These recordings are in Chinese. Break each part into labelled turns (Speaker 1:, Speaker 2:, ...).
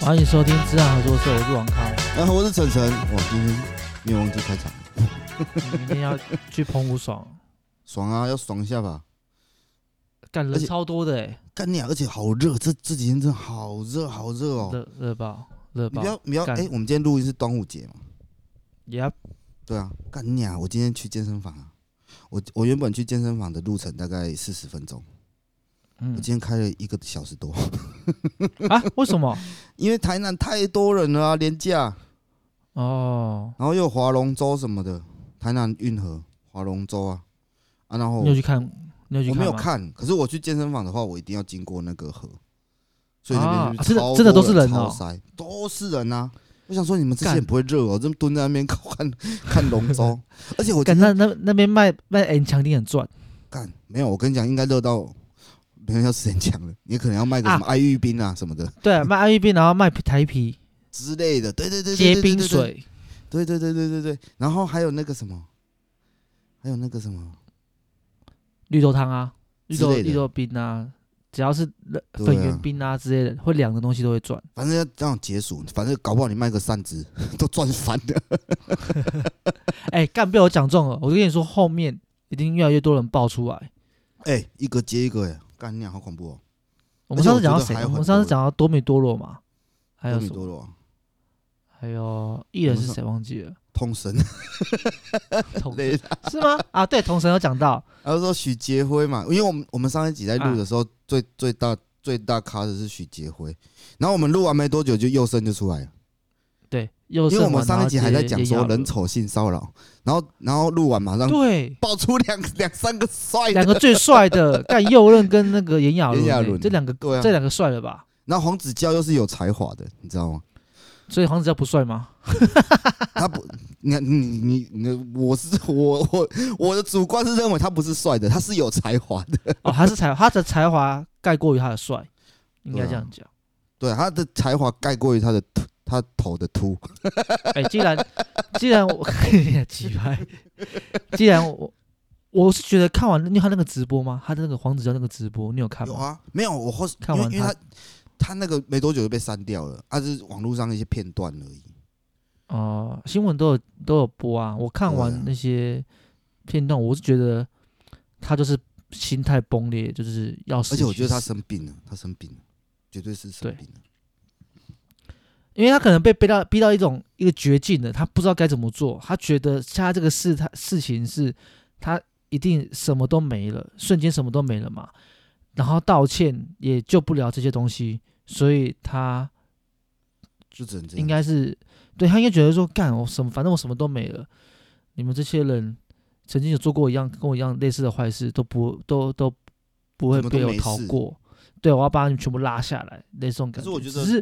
Speaker 1: 欢迎收听《自然合作社》，我是王康。
Speaker 2: 然后我是晨晨，我今天没有忘记开场，
Speaker 1: 你明天要去澎湖爽，
Speaker 2: 爽啊，要爽一下吧。
Speaker 1: 干人
Speaker 2: 而且
Speaker 1: 超多的哎、
Speaker 2: 干你啊！而且好热，这这几天真的好热，好热哦。
Speaker 1: 热热爆热
Speaker 2: 你
Speaker 1: 爆
Speaker 2: 不要，你不要，
Speaker 1: 干
Speaker 2: 哎、我们今天录音是端午节嘛？
Speaker 1: ，Yep，
Speaker 2: 对啊，干你啊！我今天去健身房啊，我我原本去健身房的路程大概四十分钟，我
Speaker 1: 嗯
Speaker 2: 今天开了一个小时多，
Speaker 1: 啊，为什么？
Speaker 2: 因为台南太多人了啊，廉价，
Speaker 1: 哦，
Speaker 2: 然后又有划龙舟什么的，台南运河划龙舟啊，啊，然后
Speaker 1: 你有去看？你有去
Speaker 2: 我
Speaker 1: 看
Speaker 2: 没有
Speaker 1: 吗，
Speaker 2: 看，可是我去健身房的话，我一定要经过那个河，所以
Speaker 1: 啊
Speaker 2: 那边就
Speaker 1: 真
Speaker 2: 是
Speaker 1: 的
Speaker 2: 超
Speaker 1: 真的
Speaker 2: 多
Speaker 1: 都是人
Speaker 2: 超
Speaker 1: 哦
Speaker 2: 塞，都是人啊！我想说你们这些
Speaker 1: 干
Speaker 2: 人不会热哦，这么蹲在那边 看看龙舟，而且我
Speaker 1: 干
Speaker 2: 今
Speaker 1: 那
Speaker 2: 天
Speaker 1: 那那边卖卖 N 强定很赚
Speaker 2: 干没有，我跟你讲，应该热到没人要死人强了，你可能要卖个什么爱玉冰啊什么的
Speaker 1: 对啊，卖安利冰，然后卖台啤、
Speaker 2: 之类的，对对对，对
Speaker 1: 结冰，水，
Speaker 2: 对对对对对对对对，然后还有那个什么，还有那个什么，
Speaker 1: 绿豆汤啊，绿
Speaker 2: 之
Speaker 1: 豆
Speaker 2: 类的
Speaker 1: 绿豆冰啊，只要是冷
Speaker 2: 对啊
Speaker 1: 粉圆冰啊之类的，会凉的东西都会赚。
Speaker 2: 反正要这样解暑，反正搞不好你卖个扇子 都赚翻了。
Speaker 1: 哎、干被我讲中了，我就跟你说，后面一定越来越多人爆出来。
Speaker 2: 哎、一个接一个哎，干你啊好恐怖哦！
Speaker 1: 我们上次讲到
Speaker 2: 哎而且我觉得
Speaker 1: 谁
Speaker 2: 还？有
Speaker 1: 我
Speaker 2: 很
Speaker 1: 们上次讲到多米多罗嘛，还有
Speaker 2: 多米
Speaker 1: 什
Speaker 2: 多
Speaker 1: 么？
Speaker 2: 罗啊
Speaker 1: 还有艺人是谁忘 记了？
Speaker 2: 通 神
Speaker 1: 童
Speaker 2: 类的，
Speaker 1: 是吗？啊，对，童神有讲到，
Speaker 2: 然后说许杰辉嘛，因为我们我们上一集在录的时候，最最大最大咖的是许杰辉，然后我们录完没多久就右胜就出来了，
Speaker 1: 对，又
Speaker 2: 因
Speaker 1: 是
Speaker 2: 为我们上一集还在讲说人
Speaker 1: 丑，
Speaker 2: 丑性骚扰，然后然后录完马上
Speaker 1: 对，
Speaker 2: 爆出两两三个帅
Speaker 1: 两
Speaker 2: 的，
Speaker 1: 个最帅的，干右任跟那个炎亚纶
Speaker 2: 炎亚
Speaker 1: 欸，
Speaker 2: 纶
Speaker 1: 这两个
Speaker 2: 对啊
Speaker 1: 这，两个帅了吧？
Speaker 2: 然后黄子佼又是有才华的，你知道吗？
Speaker 1: 所以黄子佼不 帅吗？
Speaker 2: 他不，你看你你你，我是我我我的主观是认为他不是帅的，他是有才华的，
Speaker 1: 哦，他是才他的才华盖过于他的帅，应该这样讲。
Speaker 2: 对，啊他的才华盖过于他的秃他头的秃。
Speaker 1: 哎、既然既然我 几拍，既然我我是觉得看完，因为他那个直播吗？他的那个黄子佼那个直播，你有看
Speaker 2: 有
Speaker 1: 吗？
Speaker 2: 啊，没有我后因
Speaker 1: 看
Speaker 2: 为
Speaker 1: 完
Speaker 2: 因为他他那个没多久就被删掉了，他、是网络上一些片段而已。
Speaker 1: 哦、新闻都有都有播啊。我看
Speaker 2: 对
Speaker 1: 完
Speaker 2: 啊
Speaker 1: 那些片段，我是觉得他就是心态崩裂，就是要死。
Speaker 2: 而且我觉得他，生病了，他生病了，绝对是生病了。
Speaker 1: 因为他可能被逼到逼到一种一个绝境了，他不知道该怎么做。他觉得现在这个事，他事情是他一定什么都没了，瞬间什么都没了嘛。然后道歉也救不了这些东西，所以他
Speaker 2: 就只能这样。
Speaker 1: 应该是对他应该觉得说，干我什么，反正我什么都没了。你们这些人曾经有做过一样跟我一样类似的坏事，都不都都不会
Speaker 2: 怎么都
Speaker 1: 被我
Speaker 2: 没
Speaker 1: 逃
Speaker 2: 事
Speaker 1: 过。对，我要把你们全部拉下来，类似这种感
Speaker 2: 可是
Speaker 1: 觉。
Speaker 2: 我觉得
Speaker 1: 只是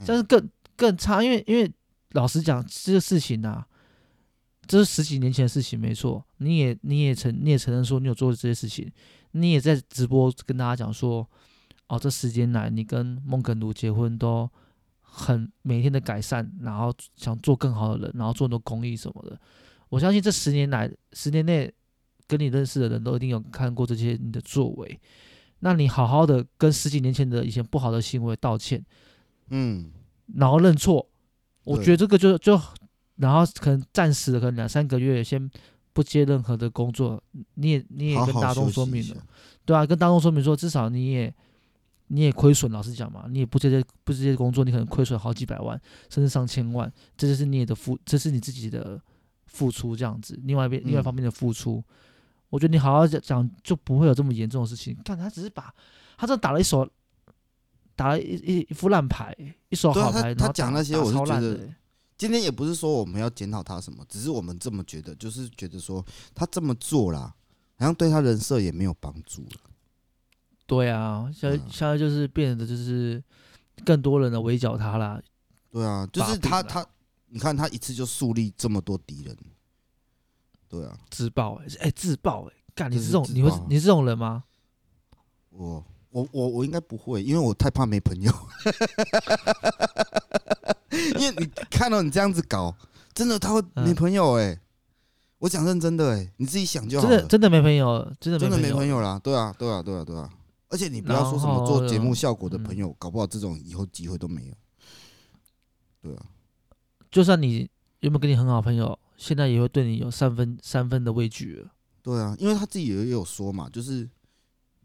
Speaker 2: 嗯，
Speaker 1: 但是更更差，因为因为老实讲，这个事情啊，这是十几年前的事情，没错。你也你也承你也承认说你有做这些事情，你也在直播跟大家讲说，哦，这十年来你跟孟耿如结婚都很每天的改善，然后想做更好的人，然后做很多公益什么的。我相信这十年来，十年内跟你认识的人都一定有看过这些你的作为。那你好好的跟十几年前的以前不好的行为道歉，
Speaker 2: 嗯，
Speaker 1: 然后认错，我
Speaker 2: 对
Speaker 1: 觉得这个就就，然后可能暂时的可能两三个月先不接任何的工作，你也你也
Speaker 2: 好
Speaker 1: 跟
Speaker 2: 好
Speaker 1: 大众
Speaker 2: 休
Speaker 1: 说
Speaker 2: 息
Speaker 1: 明
Speaker 2: 一
Speaker 1: 了
Speaker 2: 下，。
Speaker 1: 对啊，跟大众说明说，至少你也你也亏损，老实讲嘛，你也不接这不接这工作，你可能亏损好几百万，甚至上千万，这就是你的付，这是你自己的付出，这样子，另外一边另外一
Speaker 2: 嗯
Speaker 1: 方面的付出，我觉得你好好讲讲，就不会有这么严重的事情。看他只是把，他这打了一手，打了一一一副烂牌，一手
Speaker 2: 对啊
Speaker 1: 好
Speaker 2: 他
Speaker 1: 牌，然
Speaker 2: 他
Speaker 1: 后
Speaker 2: 讲
Speaker 1: 打
Speaker 2: 那些
Speaker 1: 打
Speaker 2: 我是
Speaker 1: 超
Speaker 2: 觉
Speaker 1: 烂
Speaker 2: 得
Speaker 1: 的欸
Speaker 2: 今天也不是说我们要检讨他什么，只是我们这么觉得，就是觉得说他这么做啦，好像对他人设也没有帮助了。
Speaker 1: 对啊，现在
Speaker 2: 嗯
Speaker 1: 现在就是变得就是更多人的围剿他啦，
Speaker 2: 对啊，就
Speaker 1: 把
Speaker 2: 是
Speaker 1: 柄
Speaker 2: 他
Speaker 1: 啦
Speaker 2: 他，你看他一次就树立这么多敌人，对啊，
Speaker 1: 自爆哎、欸欸自爆哎、干你
Speaker 2: 这
Speaker 1: 是
Speaker 2: 是
Speaker 1: 这种
Speaker 2: 自
Speaker 1: 你会
Speaker 2: 爆啊
Speaker 1: 你是这种人吗？
Speaker 2: 我我我我应该不会，因为我太怕没朋友。因为你看到你这样子搞，真的他会
Speaker 1: 嗯
Speaker 2: 没朋友哎、我讲认真的哎、你自己想就好
Speaker 1: 真
Speaker 2: 了。
Speaker 1: 的真的没朋友，真的
Speaker 2: 真的
Speaker 1: 没
Speaker 2: 没
Speaker 1: 友
Speaker 2: 朋友啦，对啊，对啊，对啊，对啊。而且你不要说什
Speaker 1: 然
Speaker 2: 么
Speaker 1: 后
Speaker 2: 做
Speaker 1: 呢
Speaker 2: 节目效果的
Speaker 1: 嗯
Speaker 2: 朋友，搞不好这种以后机会都没有。对啊，
Speaker 1: 就算你原本跟你很好的朋友，现在也会对你有三分三分的畏惧了。
Speaker 2: 对啊，因为他自己也有说嘛，就是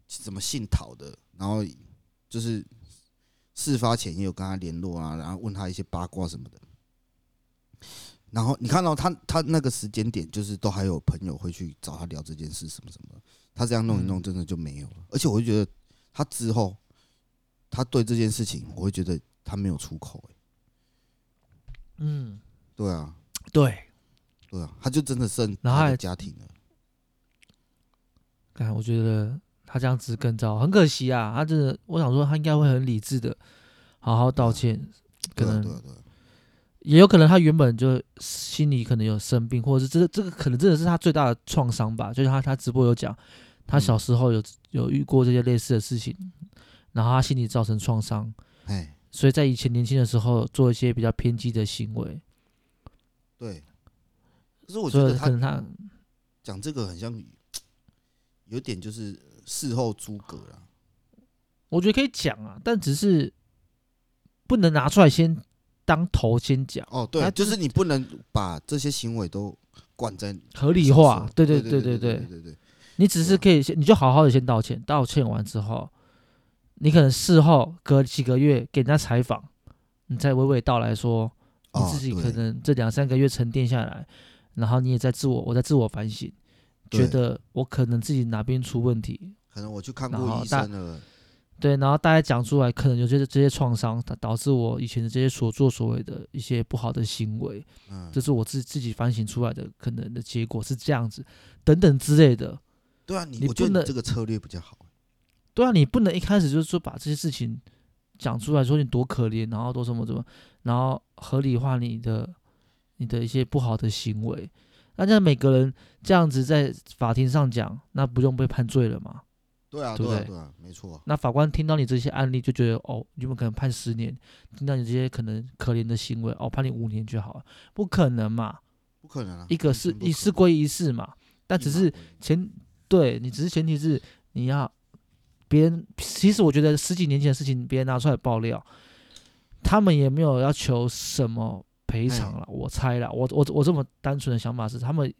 Speaker 2: 怎么姓陶的，然后就是事发前也有跟他联络啊，然后问他一些八卦什么的。然后你看到、他，他那个时间点就是都还有朋友会去找他聊这件事什么什么的，他这样弄一
Speaker 1: 嗯
Speaker 2: 弄，真的就没有了。而且我就觉得他之后，他对这件事情，我会觉得他没有出口、欸。
Speaker 1: 嗯，
Speaker 2: 对啊，
Speaker 1: 对。
Speaker 2: 对啊，他就真的剩
Speaker 1: 然后
Speaker 2: 他
Speaker 1: 还
Speaker 2: 的家庭了。
Speaker 1: 看，我觉得他这样子更糟，很可惜啊。他真的，我想说他应该会很理智的，好好道歉。可
Speaker 2: 对啊，
Speaker 1: 能
Speaker 2: 对啊，对啊，
Speaker 1: 也有可能他原本就心里可能有生病，或者是这个这个可能真的是他最大的创伤吧。就像他他直播有讲，他
Speaker 2: 嗯
Speaker 1: 小时候有有遇过这些类似的事情，然后他心里造成创伤，
Speaker 2: 哎，
Speaker 1: 所以在以前年轻的时候做一些比较偏激的行为，
Speaker 2: 对。可是我觉
Speaker 1: 所
Speaker 2: 得
Speaker 1: 以可
Speaker 2: 他
Speaker 1: 能他
Speaker 2: 讲这个很像，有点就是事后诸葛啦。
Speaker 1: 我觉得可以讲啊，但只是不能拿出来先当头先讲，
Speaker 2: 哦，
Speaker 1: 他
Speaker 2: 对，
Speaker 1: 就
Speaker 2: 就是是你不能把这些行为都灌在
Speaker 1: 合理
Speaker 2: 小
Speaker 1: 化
Speaker 2: 说。
Speaker 1: 对
Speaker 2: 对
Speaker 1: 对
Speaker 2: 对
Speaker 1: 对
Speaker 2: 对，对对，
Speaker 1: 你只是可以先，你就好好的先道歉，道歉完之后，你可能事后隔几个月给人家采访，你再娓娓道来说，你
Speaker 2: 哦
Speaker 1: 自己
Speaker 2: 对
Speaker 1: 可能这两三个月沉淀下来，然后你也在自我，我在自我反省，觉
Speaker 2: 对
Speaker 1: 得我可能自己哪边出问题，
Speaker 2: 可能我去看
Speaker 1: 然
Speaker 2: 过
Speaker 1: 后
Speaker 2: 医
Speaker 1: 大
Speaker 2: 生了。
Speaker 1: 对，然后大家讲出来，可能有些这些创伤，它导致我以前的这些所作所为的一些不好的行为，
Speaker 2: 嗯，
Speaker 1: 这是我自自己反省出来的可能的结果是这样子，等等之类的，
Speaker 2: 对啊，你
Speaker 1: 你
Speaker 2: 我觉得
Speaker 1: 不能
Speaker 2: 你这个策略比较好。
Speaker 1: 对啊，你不能一开始就是说把这些事情讲出来，说你多可怜，然后多什么什么，然后合理化你的你的一些不好的行为。那这样每个人这样子在法庭上讲，那不用被判罪了嘛？
Speaker 2: 对啊，
Speaker 1: 对不
Speaker 2: 对啊，
Speaker 1: 对
Speaker 2: 对啊，没错。
Speaker 1: 那法官听到你这些案例，就觉得哦，你们可能判十年；听到你这些可能可怜的行为，哦，判你五年就好了，不可能嘛？
Speaker 2: 不可能啊！
Speaker 1: 一个是
Speaker 2: 完全不
Speaker 1: 一
Speaker 2: 可
Speaker 1: 事
Speaker 2: 能，
Speaker 1: 归一事嘛，但
Speaker 2: 一
Speaker 1: 只
Speaker 2: 码
Speaker 1: 是
Speaker 2: 归一码
Speaker 1: 前对你只是前提是你要别人，其实我觉得十几年前的事情，别人拿出来爆料，他们也没有要求什么赔偿了。我猜了，我我我这么单纯的想法是，他们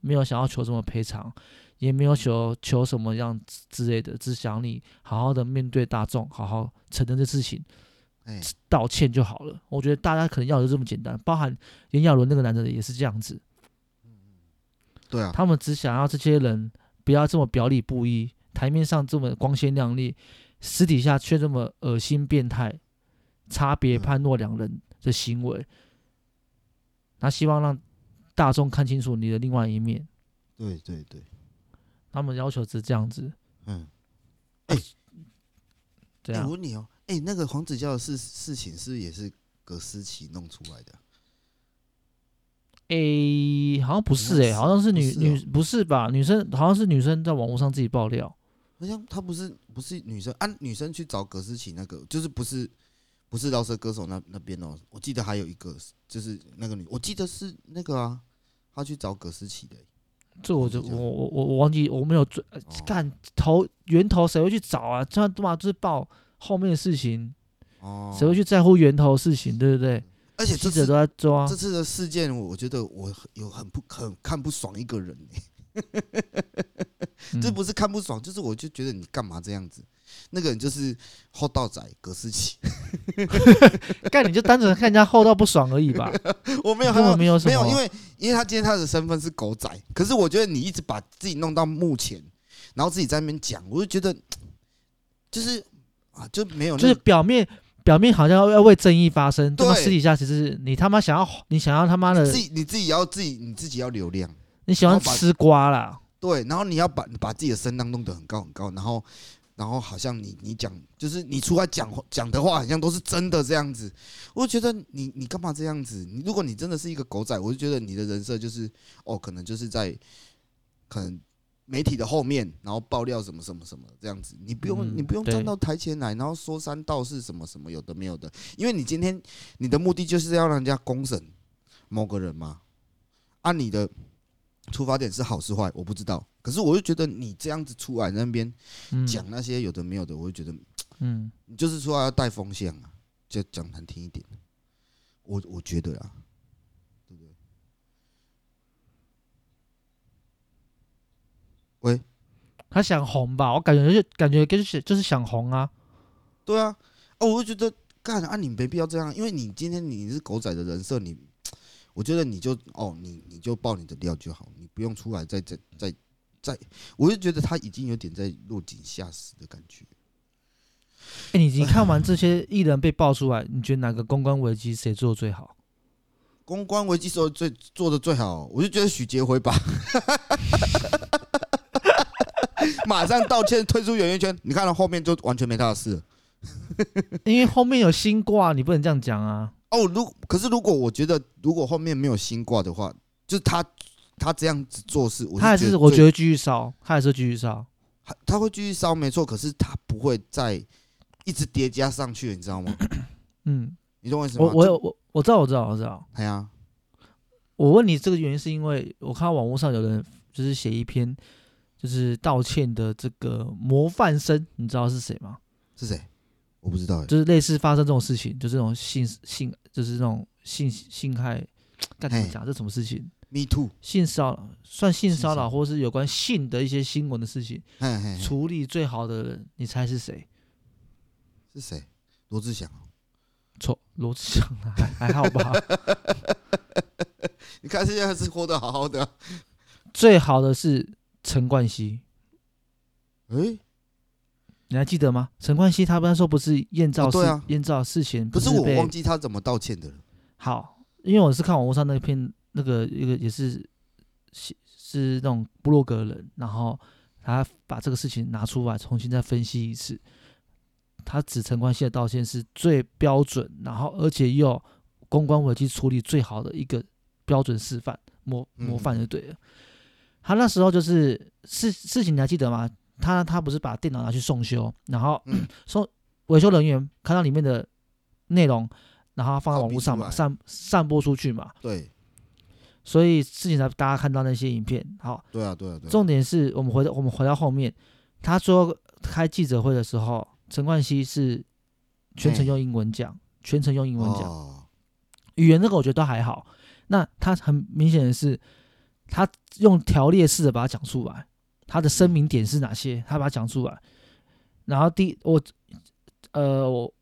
Speaker 1: 没有想要求什么赔偿，也没有求求什么样之之类的，只想你好好的面对大众，好好承认这事情，
Speaker 2: 哎，
Speaker 1: 道歉就好了。我觉得大家可能要的就这么简单，包含炎亚纶那个男的也是这样子。
Speaker 2: 对啊，
Speaker 1: 他们只想要这些人不要这么表里不一，台面上这么光鲜亮丽，私底下却这么恶心变态，差别判若两人的行为。他希望让大众看清楚你的另外一面，
Speaker 2: 对对对，
Speaker 1: 他们要求是这样子，
Speaker 2: 嗯。
Speaker 1: 这
Speaker 2: 哎
Speaker 1: 样
Speaker 2: 我问你哦，哎、那个黄子佼的事事情是不是也是葛思琪弄出来的？
Speaker 1: 诶、好像不是
Speaker 2: 好像
Speaker 1: 诶、
Speaker 2: 是
Speaker 1: 好像是
Speaker 2: 不
Speaker 1: 女
Speaker 2: 是哦
Speaker 1: 女不是吧？女生好像是女生在网络上自己爆料，
Speaker 2: 好像他不是不是女生啊，女生去找葛思琪那个，就是不是不是饶舌歌手那那边哦。我记得还有一个就是那个女，我记得是那个啊，她去找葛思琪的、
Speaker 1: 这我就
Speaker 2: 好像是哦
Speaker 1: 我
Speaker 2: 这样
Speaker 1: 我我我忘记我没有追，呃
Speaker 2: 哦
Speaker 1: 干头源头谁会去找啊？这样他妈就是报后面的事情，
Speaker 2: 哦。
Speaker 1: 谁会去在乎源头的事情，对不对？
Speaker 2: 而且这
Speaker 1: 记者
Speaker 2: 次
Speaker 1: 都在啊抓
Speaker 2: 这，次的事件，我觉得我很有很不很看不爽一个人、欸，
Speaker 1: 嗯
Speaker 2: 这不是看不爽，就是我就觉得你干嘛这样子？那个人就是后道仔葛思琪，
Speaker 1: 干你就单纯看人家厚道不爽而已吧，
Speaker 2: 我 没有
Speaker 1: 根
Speaker 2: 看到
Speaker 1: 本没有什么。
Speaker 2: 没有，因为因为他今天他的身份是狗仔，可是我觉得你一直把自己弄到幕前，然后自己在那边讲，我就觉得就是啊，就没有
Speaker 1: 就
Speaker 2: 那
Speaker 1: 是
Speaker 2: 个
Speaker 1: 表面表面好像要要为正义发声，
Speaker 2: 对
Speaker 1: 但私底下其实是你他妈想要你想要他妈的
Speaker 2: 自己你自己要自己你自己要流量，
Speaker 1: 你喜欢
Speaker 2: 然后把
Speaker 1: 吃瓜啦，
Speaker 2: 对，然后你要把把自己的声浪弄得很高很高，然后然后好像你你讲就是你出来讲讲的话，好像都是真的这样子，我就觉得你你干嘛这样子？你如果你真的是一个狗仔，我就觉得你的人设就是哦，可能就是在可能媒体的后面，然后爆料什么什么什么这样子，你不用、
Speaker 1: 嗯
Speaker 2: 你不用
Speaker 1: 对
Speaker 2: 站到台前来，然后说三道四什么什么有的没有的，因为你今天你的目的就是要让人家公审某个人嘛，按、你的出发点是好是坏我不知道，可是我就觉得你这样子出来那边
Speaker 1: 嗯
Speaker 2: 讲那些有的没有的，我就觉得
Speaker 1: 嗯，
Speaker 2: 你就是说要带风向啊，就讲难听一点，我我觉得啦，对不对？喂，
Speaker 1: 他想红吧？我感觉就感觉就是就是想红啊。
Speaker 2: 对啊，哦，我就觉得干啊，你没必要这样，因为你今天你是狗仔的人设，你我觉得你就哦，你你就爆你的料就好，你不用出来再再再再，我就觉得他已经有点在落井下石的感觉。
Speaker 1: 哎、你你看完这些艺人被爆出来，你觉得哪个公关危机谁做的最 好？
Speaker 2: 公关危机时候最做的最好，我就觉得许杰辉吧， 马上道歉退出演艺圈。你看到后面就完全没他的事了
Speaker 1: 因为后面有新挂，你不能这样讲啊。
Speaker 2: 哦。如可是如果我觉得如果后面没有新挂的话，就是他他这样子做事，我
Speaker 1: 他还
Speaker 2: 是
Speaker 1: 是我觉
Speaker 2: 得
Speaker 1: 得继续烧，他还是会继续烧。
Speaker 2: 最他他会继续烧没错，可是他不会再一直叠加上去，你知道吗？
Speaker 1: 嗯，
Speaker 2: 你懂我意思吗？
Speaker 1: 我我
Speaker 2: 就
Speaker 1: 有我我知道我知道我知道。
Speaker 2: 哎呀，
Speaker 1: 我问你这个原因是因为我看到网络上有人就是写一篇就是道歉的这个模范生，你知道是谁吗？
Speaker 2: 是谁？我不知道哎、
Speaker 1: 就是类似发生这种事情，就是这种性性就是那种性性害，该怎么
Speaker 2: 嘿
Speaker 1: 讲？这什么事情？
Speaker 2: Me too，
Speaker 1: 性骚扰算性
Speaker 2: 性
Speaker 1: 骚
Speaker 2: 骚
Speaker 1: 扰，
Speaker 2: 扰
Speaker 1: 或是有关性的一些新闻的事情，
Speaker 2: 嘿嘿嘿
Speaker 1: 处理最好的人，你猜是谁？
Speaker 2: 是谁？罗志祥。哦
Speaker 1: 错，罗志祥啊，还还好吧？
Speaker 2: 你看现在还是活得好好的、啊
Speaker 1: 最好的是陈冠希，
Speaker 2: 哎、
Speaker 1: 你还记得吗？陈冠希他那时候不是艳照
Speaker 2: 哦
Speaker 1: 事、
Speaker 2: 对啊
Speaker 1: 艳照事前
Speaker 2: 不是
Speaker 1: 是
Speaker 2: 我
Speaker 1: 被
Speaker 2: 忘记他怎么道歉的了。
Speaker 1: 好，因为我是看网络上那篇那个一个也是是是那种部落格人，然后他把这个事情拿出来重新再分析一次。他指陈冠希的道歉是最标准，然后而且又公关危机处理最好的一个标准示范模模
Speaker 2: 嗯
Speaker 1: 范就对了。他那时候就是事事情你还记得吗？他他不是把电脑拿去送修，然后
Speaker 2: 嗯
Speaker 1: 送维修人员看到里面的内容，然后放在网络上嘛，
Speaker 2: 好比出
Speaker 1: 散散播出去嘛，
Speaker 2: 对，
Speaker 1: 所以事情才大家看到那些影片。好，
Speaker 2: 对啊，对啊，对啊。
Speaker 1: 重点是我们回到我们回到后面，他最后开记者会的时候，陈冠希是全程
Speaker 2: 哎
Speaker 1: 用英文讲，全程用英文讲，
Speaker 2: 哦，
Speaker 1: 语言那个我觉得都还好。那他很明显的是，他用条列式的把它讲出来，他的声明点是哪些，他把它讲出来。然后第我呃我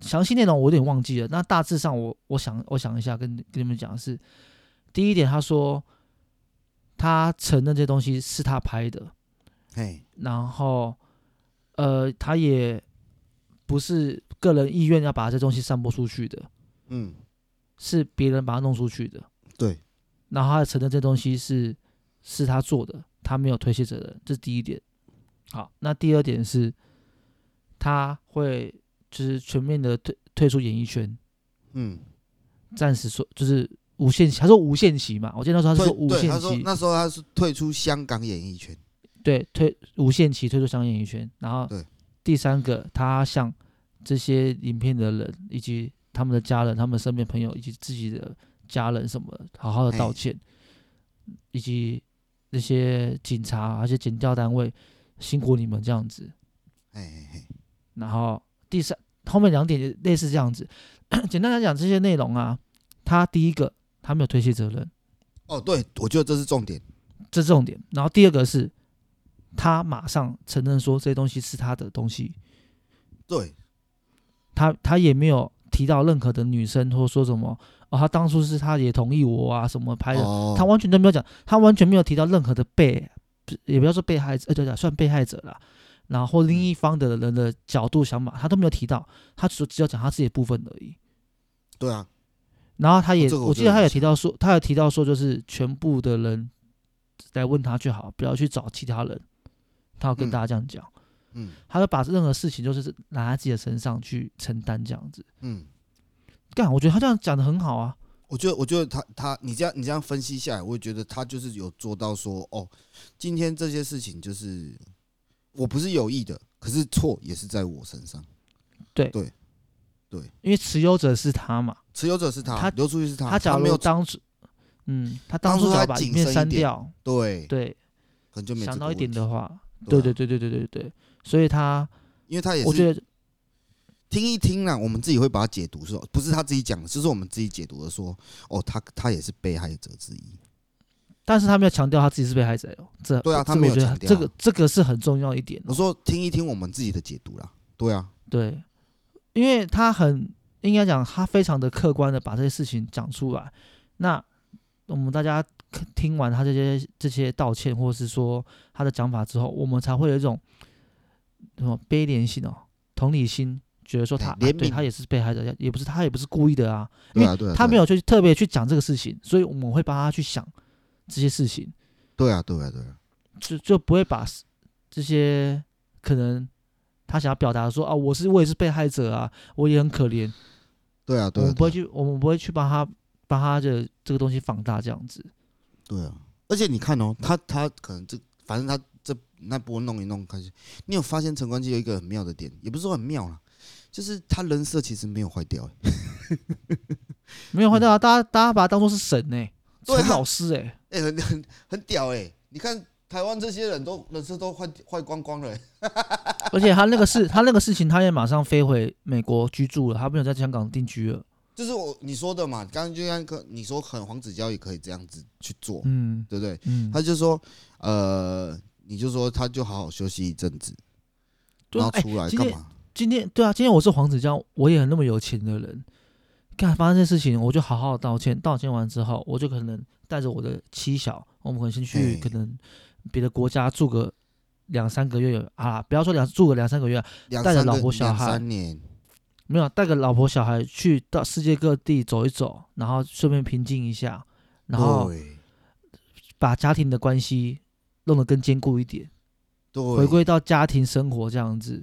Speaker 1: 详细内容我有点忘记了，那大致上我我想我想一下跟跟你们讲的是，第一点他说他承认这些东西是他拍的，
Speaker 2: 嘿，
Speaker 1: 然后呃他也不是个人意愿要把这东西散播出去的，
Speaker 2: 嗯，
Speaker 1: 是别人把它弄出去的。
Speaker 2: 对，
Speaker 1: 然后他承认这东西是是他做的，他没有推卸责任，这是第一点。好，那第二点是，他会就是全面的退退出演艺圈，
Speaker 2: 嗯，
Speaker 1: 暂时说就是无限期，他说无限期嘛，我记得那时候他
Speaker 2: 退
Speaker 1: 说无
Speaker 2: 对，
Speaker 1: 限
Speaker 2: 他说
Speaker 1: 期，
Speaker 2: 那时候他是退出香港演艺圈，
Speaker 1: 对，退无限期退出香港演艺圈。然后
Speaker 2: 对
Speaker 1: 第三个，他向这些影片的人以及他们的家人、他们身边朋友以及自己的家人什么的，好好的道
Speaker 2: 哎
Speaker 1: 歉，以及那些警察、而且检调单位辛苦你们这样子。
Speaker 2: 嘿嘿嘿，
Speaker 1: 然后第三后面两点也类似这样子， 简单来讲，这些内容啊，他第一个他没有推卸责任，
Speaker 2: 哦，对，我觉得这是重点，
Speaker 1: 这是重点。然后第二个是，他马上承认说这些东西是他的东西，
Speaker 2: 对，
Speaker 1: 他他也没有提到任何的女生或说什么哦，他当初是他也同意我啊什么拍的，
Speaker 2: 哦，
Speaker 1: 他完全都没有讲，他完全没有提到任何的被，不是也不要说被害者，呃对对，算被害者啦。然后或另一方的人的角度想法，他都没有提到，他只只有讲他自己的部分而已。
Speaker 2: 对啊，
Speaker 1: 然后他也，
Speaker 2: 哦这个我
Speaker 1: 我记
Speaker 2: 真的
Speaker 1: 得他
Speaker 2: 不
Speaker 1: 有
Speaker 2: 知
Speaker 1: 提到说，他有提到说，就是全部的人来问他就好，不要去找其他人。他要跟
Speaker 2: 嗯
Speaker 1: 大家这样讲，
Speaker 2: 嗯
Speaker 1: 他就把任何事情就是拿在自己的身上去承担这样子。
Speaker 2: 嗯，
Speaker 1: 干，我觉得他这样讲的很好啊。
Speaker 2: 我觉得我觉得他他你这样你这样分析下来，我也觉得他就是有做到说，哦，今天这些事情就是我不是有意的，可是错也是在我身上，
Speaker 1: 因为持有者是他嘛，
Speaker 2: 持有者是他，
Speaker 1: 他
Speaker 2: 流出去是他，
Speaker 1: 他假
Speaker 2: 没
Speaker 1: 如
Speaker 2: 有
Speaker 1: 当初，嗯，他
Speaker 2: 当
Speaker 1: 当初
Speaker 2: 初
Speaker 1: 只
Speaker 2: 他
Speaker 1: 要把
Speaker 2: 谨
Speaker 1: 影片
Speaker 2: 慎一
Speaker 1: 删
Speaker 2: 点
Speaker 1: 掉，
Speaker 2: 对，
Speaker 1: 对，
Speaker 2: 可能就没
Speaker 1: 想
Speaker 2: 这
Speaker 1: 到
Speaker 2: 个
Speaker 1: 一点
Speaker 2: 问题
Speaker 1: 的话，
Speaker 2: 对
Speaker 1: 对
Speaker 2: 啊
Speaker 1: 对对对对对对，所以他，
Speaker 2: 因为他也
Speaker 1: 我
Speaker 2: 是
Speaker 1: 觉得
Speaker 2: 听一听啦，我们自己会把它解读说，不是他自己讲的，就是我们自己解读的说，哦，他他也是被害者之一。
Speaker 1: 但是他们要强调他自己是被害者哦，这
Speaker 2: 对啊
Speaker 1: 这
Speaker 2: 他没有
Speaker 1: 我觉得
Speaker 2: 强调
Speaker 1: 这个这个是很重要一点哦、
Speaker 2: 我说听一听我们自己的解读啦，对啊，
Speaker 1: 对，因为他很应该讲，他非常的客观的把这些事情讲出来。那我们大家听听完他这些这些道歉，或是说他的讲法之后，我们才会有一种什么悲怜心哦，同理心，觉得说他、啊
Speaker 2: 哎对怜
Speaker 1: 对
Speaker 2: 悯
Speaker 1: 他也是被害者，也不是他也不是故意的啊，因
Speaker 2: 对
Speaker 1: 为
Speaker 2: 啊，对啊，
Speaker 1: 他没
Speaker 2: 有，
Speaker 1: 有去特别去讲这个事情，所以我们会帮他去想这些事情。
Speaker 2: 对啊，对啊，对啊，
Speaker 1: 就就不会把 s- 这些可能他想要表达的说啊，我是我也是被害者啊，我也很可怜，
Speaker 2: 对啊，
Speaker 1: 我
Speaker 2: 对啊
Speaker 1: 们，不会去，我们不会去帮他把他的这个东西放大这样子。
Speaker 2: 对啊，而且你看哦，他他可能这反正他这那波弄一弄开始，你有发现陈冠希有一个很妙的点，也不是说很妙啦，就是他人设其实没有坏掉、欸，
Speaker 1: 没有坏掉啊，大家大家把他当做是神呢、
Speaker 2: 嗯对啊
Speaker 1: 陈老师哎、
Speaker 2: 哎、很很很屌哎、你看台湾这些人都人设都坏坏光光了、欸，
Speaker 1: 而且他那个事，他那个事情，他也马上飞回美国居住了，他没有在香港定居了。
Speaker 2: 就是我你说的嘛，刚刚就像可你说，可能黄子佼也可以这样子去做，
Speaker 1: 嗯
Speaker 2: 对不对？
Speaker 1: 嗯，
Speaker 2: 哦他就说，呃，你就说他就好好休息一阵子，
Speaker 1: 对
Speaker 2: 然
Speaker 1: 啊
Speaker 2: 后
Speaker 1: 哎
Speaker 2: 出来
Speaker 1: 今
Speaker 2: 干
Speaker 1: 天
Speaker 2: 嘛？
Speaker 1: 今天对啊，今天我是黄子佼，我也那么有钱的人，干发生这事情，我就好好道歉，道歉完之后，我就可能带着我的妻小，我们可能先去
Speaker 2: 哎
Speaker 1: 可能别的国家住个两三个月啊，不要说两住个两三个月啊，
Speaker 2: 两
Speaker 1: 带着
Speaker 2: 三个
Speaker 1: 老婆小
Speaker 2: 两
Speaker 1: 孩
Speaker 2: 三年，
Speaker 1: 没有带个老婆小孩去到世界各地走一走，然后顺便平静一下，然后
Speaker 2: 对
Speaker 1: 把家庭的关系弄得更坚固一点，
Speaker 2: 对
Speaker 1: 回归到家庭生活这样子。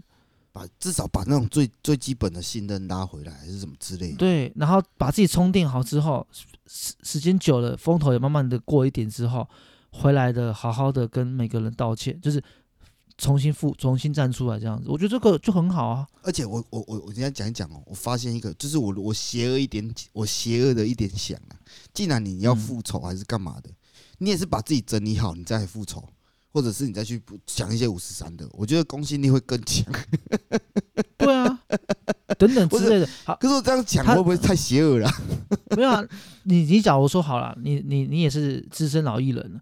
Speaker 2: 把至少把那种最最基本的信任拉回来，还是什么之类的。
Speaker 1: 对，然后把自己充电好之后，时时时间久了，风头也慢慢的过一点之后，回来的好好的跟每个人道歉，就是重新复重新站出来这样子，我觉得这个就很好啊。
Speaker 2: 而且我我我我今天讲一讲哦，我发现一个，就是我我邪恶一点，我邪恶的一点想啊，既然你要
Speaker 1: 嗯
Speaker 2: 复仇还是干嘛的，你也是把自己整理好，你再来复仇，或者是你再去不想一些五十三的，我觉得公信力会更强。
Speaker 1: 对啊，等等
Speaker 2: 不
Speaker 1: 之
Speaker 2: 是
Speaker 1: 类的。好，
Speaker 2: 可是我这样讲
Speaker 1: 他
Speaker 2: 会不会太邪恶了啊、
Speaker 1: 没有啊，你你假如说好了，你你你也是资深老艺人，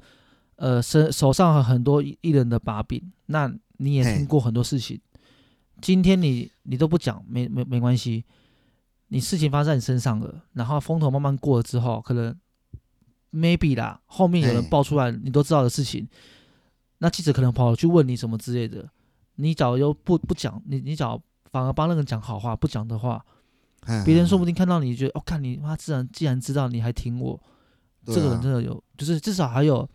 Speaker 1: 呃，身手上很多艺艺人的把柄，那你也
Speaker 2: 嘿
Speaker 1: 听过很多事情。今天你你都不讲，没没没关系。你事情发生在你身上了，然后风头慢慢过了之后，可能 maybe 啦，后面有人
Speaker 2: 嘿
Speaker 1: 爆出来你都知道的事情，那记者可能跑去问你什么之类的，你假如又不不讲，你你假如反而帮那个人讲好话，不讲的话，
Speaker 2: 嗯
Speaker 1: 别人说不定看到你，觉得哦，看你妈，自然既然知道你还挺我，
Speaker 2: 对啊
Speaker 1: 这个人真的有，就是至少还有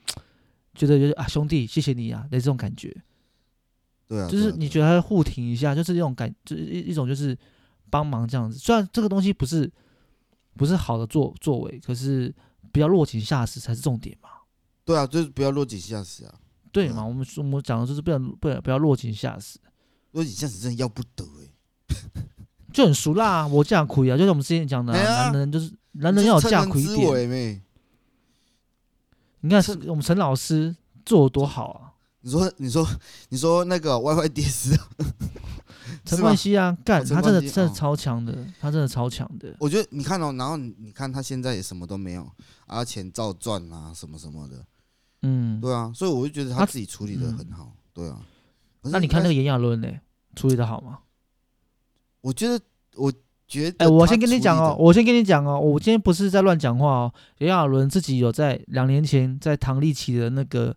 Speaker 1: 觉得就是啊，兄弟，谢谢你啊的这种感觉，
Speaker 2: 对啊，
Speaker 1: 就是
Speaker 2: 对啊
Speaker 1: 你
Speaker 2: 对啊
Speaker 1: 觉得他互挺一下，就是一种感，就是一一种就是帮忙这样子。虽然这个东西不是不是好的作作为，可是不要落井下石才是重点嘛，
Speaker 2: 对啊，就是不要落井下石啊，
Speaker 1: 对嘛？我们我们讲的就是不要不要不要落井下石，
Speaker 2: 落井下石真的要不得哎、
Speaker 1: 就很熟啦、我这样苦啊，就是我们之前讲的啊、
Speaker 2: 哎呀
Speaker 1: 男人就是男人要有
Speaker 2: 趁
Speaker 1: 架
Speaker 2: 人
Speaker 1: 苦一
Speaker 2: 之
Speaker 1: 点。
Speaker 2: 危妹
Speaker 1: 你看
Speaker 2: 趁
Speaker 1: 我们陈老师做的多好啊！
Speaker 2: 你说你说你说那个 YY 迪斯
Speaker 1: 陈
Speaker 2: 是吗
Speaker 1: 冠希啊，干
Speaker 2: 哦陈
Speaker 1: 他真的
Speaker 2: 冠希
Speaker 1: 真的
Speaker 2: 哦
Speaker 1: 超强的，他真的超强的。
Speaker 2: 我觉得你看哦，然后你你看他现在也什么都没有，啊，钱照赚啊，什么什么的，
Speaker 1: 嗯，
Speaker 2: 对啊，所以我就觉得
Speaker 1: 他
Speaker 2: 他自己处理的很好，对啊。可是
Speaker 1: 嗯那你看那
Speaker 2: 应
Speaker 1: 个
Speaker 2: 该，
Speaker 1: 炎亚纶嘞，处理的好吗？
Speaker 2: 我觉得，我觉得，
Speaker 1: 哎、我先跟你讲哦，，我先跟你讲哦，我今天不是在乱讲话哦。炎亚纶自己有在两年前在唐立奇的那个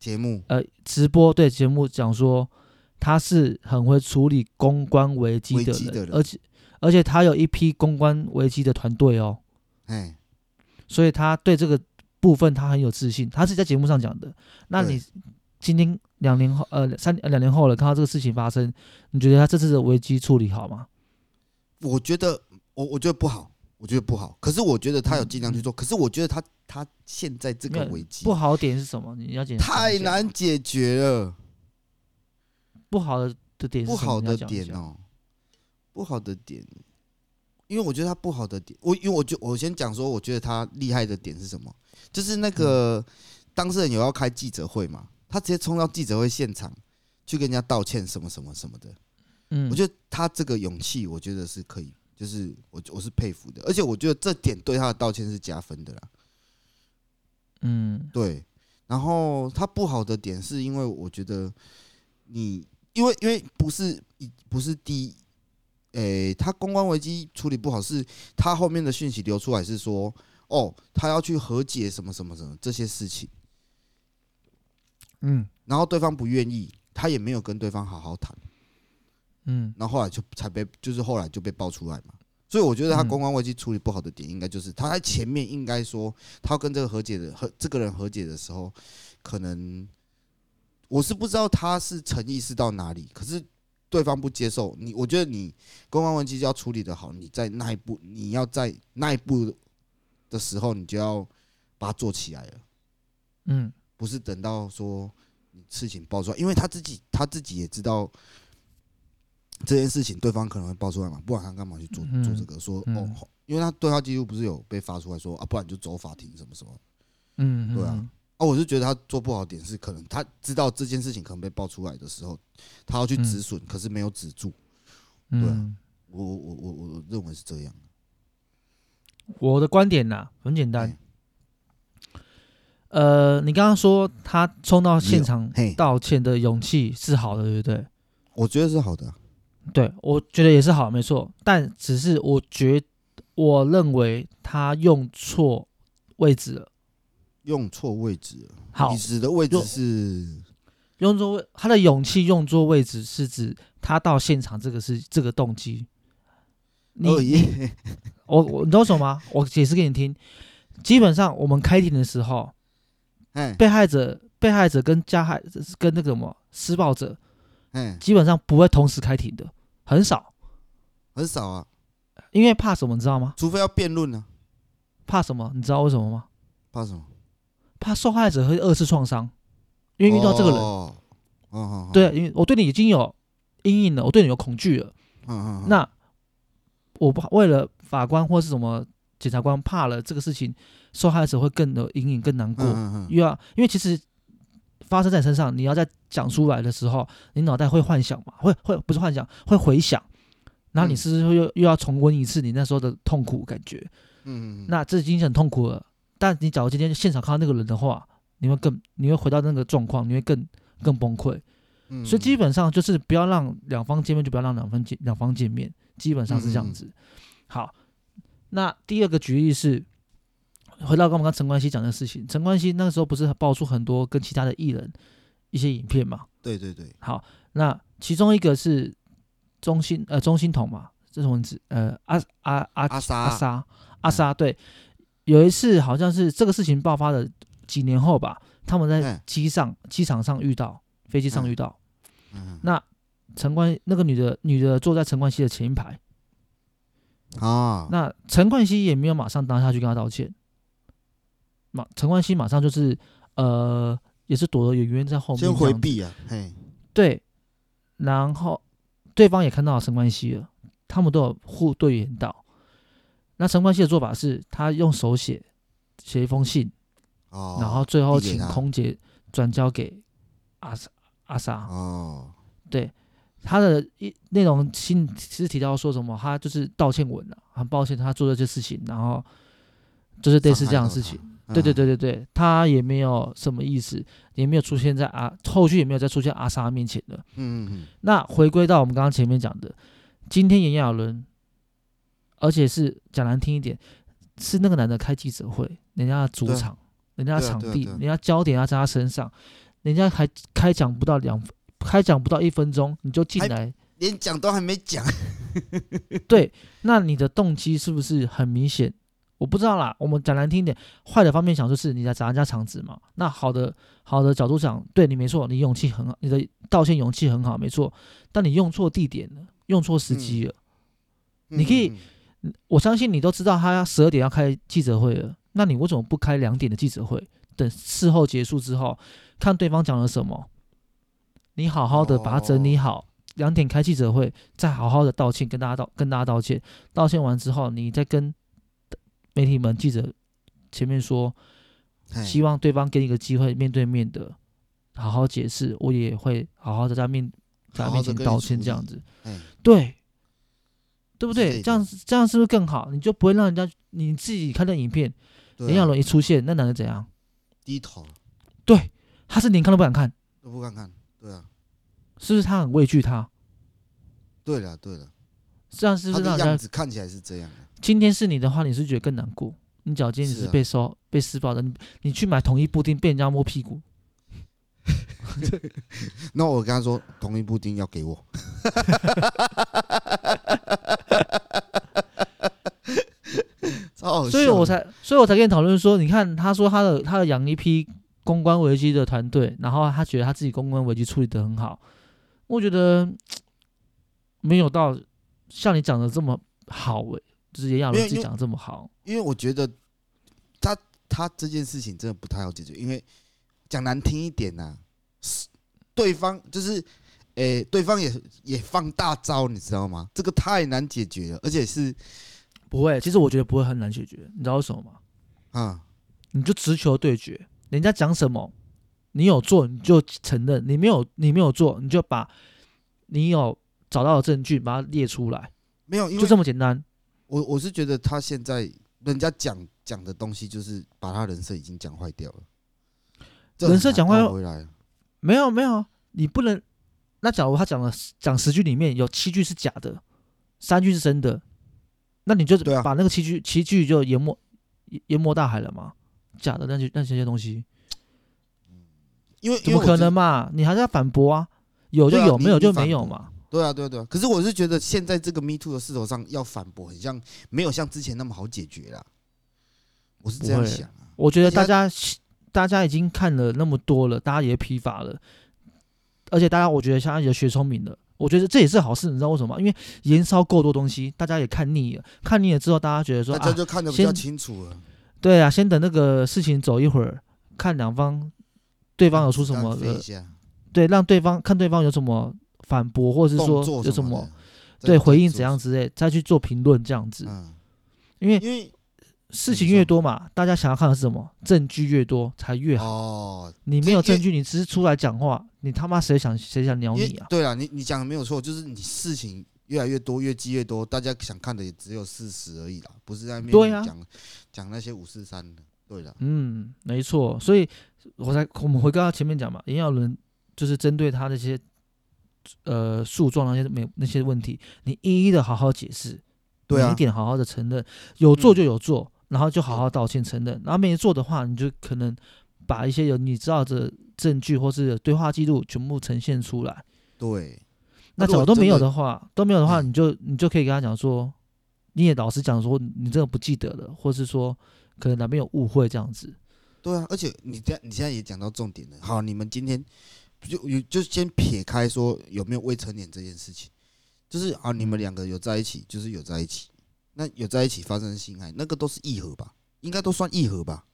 Speaker 2: 节目
Speaker 1: 呃直播对节目讲说，他是很会处理公关危机
Speaker 2: 危
Speaker 1: 的
Speaker 2: 机
Speaker 1: 人，
Speaker 2: 的人
Speaker 1: 而且而且他有一批公关危机的团队哦，
Speaker 2: 哎，
Speaker 1: 所以他对这个部分他很有自信，他是在节目上讲的。那
Speaker 2: 对
Speaker 1: 你今天两年后，呃，三呃两年后了，看到这个事情发生，你觉得他这次的危机处理好吗？
Speaker 2: 我觉得我我觉得不好，我觉得不好。可是我觉得他有尽量去做，可是我觉得他他现在这
Speaker 1: 嗯没
Speaker 2: 个
Speaker 1: 有
Speaker 2: 危机
Speaker 1: 不好的点是什么？你要讲
Speaker 2: 太，难解决了，
Speaker 1: 不好的的点是
Speaker 2: 不
Speaker 1: 什么
Speaker 2: 好的，
Speaker 1: 你要
Speaker 2: 点
Speaker 1: 讲一下
Speaker 2: 哦，不好的点，因为我觉得他不好的点，我因为我就我先讲说，我觉得他厉害的点是什么？就是那个
Speaker 1: 嗯
Speaker 2: 当事人有要开记者会嘛，他直接冲到记者会现场去跟人家道歉什么什么什么的，
Speaker 1: 嗯，
Speaker 2: 我觉得他这个勇气，我觉得是可以，就是我我是佩服的，而且我觉得这点对他的道歉是加分的啦。
Speaker 1: 嗯
Speaker 2: 对，然后他不好的点是因为我觉得你，因为因为不是一不是第一，诶、他公关危机处理不好，是他后面的讯息流出来是说，哦，他要去和解什么什么什么这些事情，
Speaker 1: 嗯
Speaker 2: 然后对方不愿意，他也没有跟对方好好谈，
Speaker 1: 嗯
Speaker 2: 然后后来就才被，就是后来就被爆出来嘛。所以我觉得他
Speaker 1: 嗯
Speaker 2: 公关危机处理不好的点，应该就是他在前面应该说，他要跟这个和解的和这个人和解的时候，可能我是不知道他是诚意是到哪里，可是对方不接受你，我觉得你公关危机要处理的好，你在那一步，你要在那一步的时候，你就要把它做起来了。
Speaker 1: 嗯
Speaker 2: 不是等到说你事情爆出来，因为他自己他自己也知道这件事情，对方可能会爆出来嘛，不然他干嘛去做
Speaker 1: 嗯
Speaker 2: 做这个？说
Speaker 1: 嗯
Speaker 2: 哦，因为他对话记录不是有被发出来说啊，不然就走法庭什么什么
Speaker 1: 嗯，
Speaker 2: 对啊
Speaker 1: 嗯，
Speaker 2: 啊，我是觉得他做不好的点是，可能他知道这件事情可能被爆出来的时候，他要去
Speaker 1: 嗯
Speaker 2: 止损，可是没有止住。
Speaker 1: 嗯
Speaker 2: 对啊我我我我我认为是这样，
Speaker 1: 我的观点呐、很简单
Speaker 2: 哎。
Speaker 1: 呃，你刚刚说他冲到现场
Speaker 2: 嘿，
Speaker 1: 道歉的勇气是好的，对不对？
Speaker 2: 我觉得是好的啊、
Speaker 1: 对，我觉得也是好，没错。但只是我觉，我认为他用错位置了。
Speaker 2: 用错位置了，
Speaker 1: 好
Speaker 2: 你，指的位置
Speaker 1: 用
Speaker 2: 是
Speaker 1: 用错位，他的勇气用错位置是指他到现场这个是这个动机。你
Speaker 2: 二一，
Speaker 1: 我我你知道为什么吗？我解释给你听。基本上我们开庭的时候，
Speaker 2: 哎
Speaker 1: 被害者、被害者跟加害跟那个什么施暴者，
Speaker 2: 哎，
Speaker 1: 基本上不会同时开庭的，很少，
Speaker 2: 很少啊，
Speaker 1: 因为怕什么你知道吗？
Speaker 2: 除非要辩论啊呢，
Speaker 1: 怕什么？你知道为什么吗？
Speaker 2: 怕什么？
Speaker 1: 怕受害者会二次创伤，因为遇到这个人，
Speaker 2: 哦，哦哦，哦，
Speaker 1: 对，因为我对你已经有阴影了，我对你有恐惧了。
Speaker 2: 嗯嗯，嗯
Speaker 1: 那我不为了法官或是什么检察官怕了这个事情，受害者会更有阴影、更难过，
Speaker 2: 嗯嗯嗯，
Speaker 1: 又要因为其实发生在你身上，你要在讲出来的时候，你脑袋会幻想嘛，会会不是幻想，会回想，然后你
Speaker 2: 嗯
Speaker 1: 是不是会又又要重温一次你那时候的痛苦感觉？
Speaker 2: 嗯嗯，
Speaker 1: 那这已经很痛苦了，但你假如今天现场看到那个人的话，你会更你会回到那个状况，你会更更崩溃。
Speaker 2: 嗯
Speaker 1: 所以基本上就是不要让两方见面，就不要让两方见两方见面，基本上是这样
Speaker 2: 嗯
Speaker 1: 子。好，那第二个举例是回到刚刚陈冠希讲的事情，陈冠希那个时候不是爆出很多跟其他的艺人一些影片嘛？
Speaker 2: 对对对，
Speaker 1: 好，那其中一个是中心呃中心筒嘛，这是文字呃阿阿阿
Speaker 2: 阿莎
Speaker 1: 阿莎阿莎对，有一次好像是这个事情爆发的几年后吧，他们在
Speaker 2: 嗯
Speaker 1: 机上机场上遇到飞机上
Speaker 2: 嗯
Speaker 1: 遇到。
Speaker 2: 嗯，
Speaker 1: 陈冠那个女的女的坐在陈冠希的前一排，
Speaker 2: 啊，
Speaker 1: 那陈冠希也没有马上当下去跟她道歉，马陈冠希马上就是呃也是躲得远远在后面，
Speaker 2: 先回，避啊，嘿，
Speaker 1: 对，然后对方也看到了陈冠希了，他们都有互对眼到。那陈冠希的做法是，他用手写写一封信，
Speaker 2: 哦，
Speaker 1: 然后最后
Speaker 2: 递给
Speaker 1: 请
Speaker 2: 她
Speaker 1: 空姐转交给阿莎阿莎。
Speaker 2: 哦，
Speaker 1: 他的一内容信是提到说什么，他就是道歉文了、很抱歉他做这些事情，然后就是类似这样的事情。对对对对
Speaker 2: 嗯
Speaker 1: 对，他也没有什么意思，也没有出现在阿后续也没有再出现阿莎面前的。
Speaker 2: 嗯，嗯嗯
Speaker 1: 那回归到我们刚刚前面讲的，今天炎亚纶，而且是讲难听一点，是那个男的开记者会，人家的主
Speaker 2: 对啊
Speaker 1: 场，人家的
Speaker 2: 对啊
Speaker 1: 场
Speaker 2: 对啊
Speaker 1: 地，
Speaker 2: 对啊
Speaker 1: 人家焦点要在他身上，人家还开讲不到两，开讲不到一分钟你就进
Speaker 2: 还
Speaker 1: 来。
Speaker 2: 嗯，连讲都还没讲，
Speaker 1: 对，那你的动机是不是很明显？我不知道啦。我们讲难听一点，坏的方面想就是你在砸人家场子嘛。那好的好的角度讲，对你没错，你勇气很好，你的道歉勇气很好，没错。但你用错地点了，用错时机了。 你可以
Speaker 2: 嗯，嗯
Speaker 1: 我相信你都知道他十二点要开记者会了，那你为什么不开两点的记者会？等事后结束之后，看对方讲了什么，你好好的把它整理
Speaker 2: 哦
Speaker 1: 好。两点开记者会，再好好的道歉，跟大家道跟大家道歉。道歉完之后，你再跟媒体们、记者前面说，
Speaker 2: 嗯嘿
Speaker 1: 希望对方给你一个机会，面对面的好好解释。我也会好好的在面在他
Speaker 2: 好
Speaker 1: 面
Speaker 2: 好地
Speaker 1: 前
Speaker 2: 跟你
Speaker 1: 道
Speaker 2: 处
Speaker 1: 歉
Speaker 2: 理
Speaker 1: 这样子，
Speaker 2: 哎，
Speaker 1: 对，对不
Speaker 2: 之类
Speaker 1: 对？
Speaker 2: 的
Speaker 1: 这样子这样是不是更好？你就不会让人家你自己看那影片，
Speaker 2: 对啊
Speaker 1: 炎亚纶一出现，那男的怎样？
Speaker 2: 低头
Speaker 1: 对，他是连看都不敢看，
Speaker 2: 都不敢看，对啊，
Speaker 1: 是不是他很畏惧他？
Speaker 2: 对了对了，
Speaker 1: 这样是
Speaker 2: 他
Speaker 1: 不是让
Speaker 2: 的样
Speaker 1: 人家
Speaker 2: 子看起来是这样的，
Speaker 1: 今天是你的话，你是觉得更难过？你脚尖你
Speaker 2: 是
Speaker 1: 是
Speaker 2: 啊
Speaker 1: 被收、被施暴的，你你去买统一布丁被人家摸屁股，
Speaker 2: 那我跟他说，同一布丁要给我， 超好笑的
Speaker 1: 所以我才所以我才跟你讨论说，你看他说他的他的养一批公关危机的团队，然后他觉得他自己公关危机处理的很好，我觉得嘖没有到像你讲的这么好诶、就是炎亚纶
Speaker 2: 没有
Speaker 1: 自
Speaker 2: 因
Speaker 1: 己
Speaker 2: 为
Speaker 1: 讲的这么好，
Speaker 2: 因为我觉得他他这件事情真的不太好解决，因为讲难听一点呐、是对方就是，诶、对方也也放大招，你知道吗？这个太难解决了，而且是
Speaker 1: 不会，其实我觉得不会很难解决，你知道为什么吗？
Speaker 2: 啊，
Speaker 1: 你就直球对决，人家讲什么，你有做你就承认，你没有你没有做，你就把你有找到的证据把它列出来，
Speaker 2: 没有，因
Speaker 1: 就
Speaker 2: 为
Speaker 1: 这么简单。
Speaker 2: 我我是觉得他现在人家讲讲的东西，就是把他人设已经讲坏掉了，这很
Speaker 1: 人设
Speaker 2: 难
Speaker 1: 讲坏
Speaker 2: 倒
Speaker 1: 了
Speaker 2: 回来了，啊
Speaker 1: 没有没有，你不能。那假如他讲了讲十句里面有七句是假的，三句是真的，那你就
Speaker 2: 对啊
Speaker 1: 把那个七句、七句就淹没淹没大海了嘛？假的那些那些东西
Speaker 2: 因为
Speaker 1: 怎么可能？嘛？你还是要反驳啊？有就
Speaker 2: 对啊
Speaker 1: 有，
Speaker 2: 你
Speaker 1: 没有
Speaker 2: 你
Speaker 1: 就
Speaker 2: 反
Speaker 1: 没有
Speaker 2: 驳因
Speaker 1: 嘛？
Speaker 2: 为我对啊，对啊，对啊。可是我是觉得现在这个 Me Too 的势头上要反驳，很像没有像之前那么好解决啦。我是这样
Speaker 1: 不会
Speaker 2: 想啊。
Speaker 1: 我觉得
Speaker 2: 而且
Speaker 1: 大
Speaker 2: 他
Speaker 1: 家大家已经看了那么多了，大家也疲乏了，而且大家我觉得现在也学聪明了。我觉得这也是好事，你知道为什么吗？因为燃烧够多东西，大家也看腻了，看腻了之后，大家觉得说
Speaker 2: 大家
Speaker 1: 啊，
Speaker 2: 就看得比较
Speaker 1: 先
Speaker 2: 清楚了。
Speaker 1: 对啊，先等那个事情走一会儿，看两方对
Speaker 2: 对
Speaker 1: 方有出什么
Speaker 2: 一
Speaker 1: 的，
Speaker 2: 下
Speaker 1: 对，让对方看对方有什么反驳，或者是说
Speaker 2: 动作
Speaker 1: 有
Speaker 2: 什
Speaker 1: 么
Speaker 2: 的，
Speaker 1: 对
Speaker 2: 再
Speaker 1: 回应
Speaker 2: 做
Speaker 1: 怎样？之类，再去做评论这样子。
Speaker 2: 嗯，
Speaker 1: 因为
Speaker 2: 因为
Speaker 1: 事
Speaker 2: 你
Speaker 1: 情
Speaker 2: 说
Speaker 1: 越多嘛，大家想要看的是什么？证据越多才越好。
Speaker 2: 哦，
Speaker 1: 你没有
Speaker 2: 这
Speaker 1: 证据，你只是出来讲话，你他妈谁想谁想鸟
Speaker 2: 因
Speaker 1: 你
Speaker 2: 为
Speaker 1: 啊？
Speaker 2: 对了，你你讲的没有错，就是你事情越来越多，越积越多，大家想看的也只有事实而已啦，不是在面
Speaker 1: 对啊
Speaker 2: 讲讲那些五四三的。对了，
Speaker 1: 嗯，没错，所以我才我们回到前面讲嘛，炎亚纶就是针对他那些呃诉状那些没那些问题，你一一的好好解释，
Speaker 2: 对啊
Speaker 1: 每一点好好的承认，有做
Speaker 2: 嗯
Speaker 1: 就有做，然后就好好道歉承认，然后没做的话，你就可能把一些有你知道的证据或是有对话记录全部呈现出来。
Speaker 2: 对，那
Speaker 1: 那假
Speaker 2: 如
Speaker 1: 如
Speaker 2: 果
Speaker 1: 都没
Speaker 2: 真
Speaker 1: 有
Speaker 2: 的
Speaker 1: 的话，都没有的话，
Speaker 2: 嗯
Speaker 1: 你就你就可以跟他讲说，你也老实讲说，你真的不记得了，或是说可能哪边有误会这样子。
Speaker 2: 对啊，而且你这你现在也讲到重点了。好，你们今天就有就先撇开说有没有未成年这件事情，就是啊，你们
Speaker 1: 嗯
Speaker 2: 两个有在一起，就是有在一起，那有在一起发生性爱，那个都是异合吧？应该都算异合吧？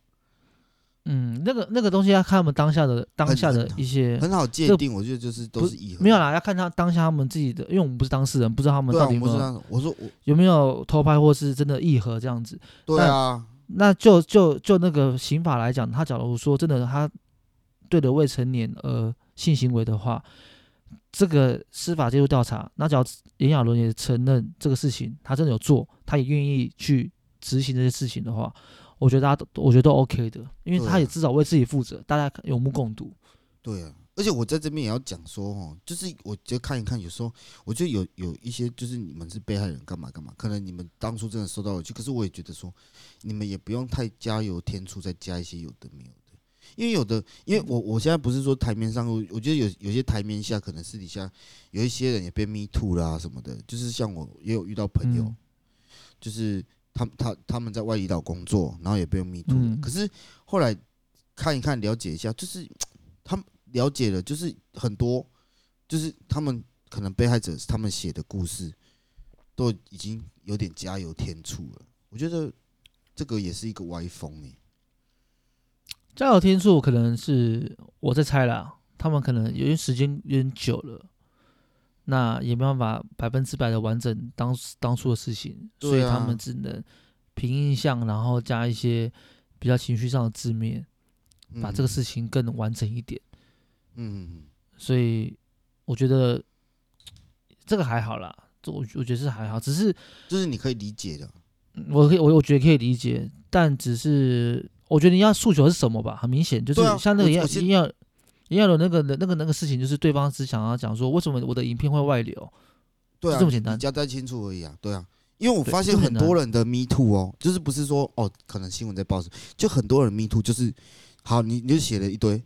Speaker 1: 嗯，那个那个东西要看他们当下的当
Speaker 2: 很
Speaker 1: 下的
Speaker 2: 很
Speaker 1: 一些，
Speaker 2: 很好界定，我觉得就是都
Speaker 1: 不
Speaker 2: 是异合。
Speaker 1: 没有啦，要看他当下他们自己的，因为我们不是当事人，不知道他们
Speaker 2: 对啊，
Speaker 1: 到
Speaker 2: 我
Speaker 1: 底有
Speaker 2: 不
Speaker 1: 没
Speaker 2: 是
Speaker 1: 有、
Speaker 2: 那种，我说我
Speaker 1: 有没有偷拍或是真的议和这样子。
Speaker 2: 对啊，
Speaker 1: 那就就就那个刑法来讲，他假如说真的他对着未成年呃性行为的话，这个司法介入调查，那只要炎亚纶也承认这个事情，他真的有做，他也愿意去执行这些事情的话，我觉得大家都我觉得都 OK 的，因为
Speaker 2: 对啊
Speaker 1: 他也至少为自己负责，大家有目共睹。
Speaker 2: 对啊，而且我在这边也要讲说哦，就是我就看一看，有时候我觉得有有一些就是你们是被害人，干嘛干嘛，可能你们当初真的受到委屈，可是我也觉得说，你们也不用太加油添醋，再加一些有的没有的，因为有的，因为我我现在不是说台面上，我我觉得有有些台面下可能私底下有一些人也被 me too 啦什么的，就是像我也有遇到朋友，
Speaker 1: 嗯
Speaker 2: 就是他他他们在外离岛工作，然后也被 me too 了、
Speaker 1: 嗯
Speaker 2: 可是后来看一看，了解一下，就是他们了解了，就是很多，就是他们可能被害者他们写的故事，都已经有点加油添醋了。我觉得这个也是一个歪风欸诶、
Speaker 1: 加油天数可能是我在猜啦，他们可能有些时间有点久了，那也没办法百分之百的完整当当初的事情，所以
Speaker 2: 对啊
Speaker 1: 他们只能凭印象，然后加一些比较情绪上的字面，
Speaker 2: 嗯
Speaker 1: 把这个事情更完整一点。
Speaker 2: 嗯，嗯嗯
Speaker 1: 所以我觉得这个还好啦，这我我觉得是还好，只是
Speaker 2: 就是你可以理解的。
Speaker 1: 嗯我可以我我觉得可以理解，但只是我觉得你要诉求是什么吧，很明显就是
Speaker 2: 对啊
Speaker 1: 像那个
Speaker 2: 我
Speaker 1: 一样
Speaker 2: 我先
Speaker 1: 一样。也有那个那个那个事情，就是对方只想要讲说，为什么我的影片会外流？
Speaker 2: 对啊，
Speaker 1: 就这么简单
Speaker 2: 你交代清楚而已啊，对啊。因为我
Speaker 1: 对
Speaker 2: 发
Speaker 1: 就
Speaker 2: 现
Speaker 1: 这么
Speaker 2: 很
Speaker 1: 简单
Speaker 2: 多人的 Me Too 哦，就是不是说哦，可能新闻在报什么，就很多人 Me Too 就是，好，你你就写了一堆，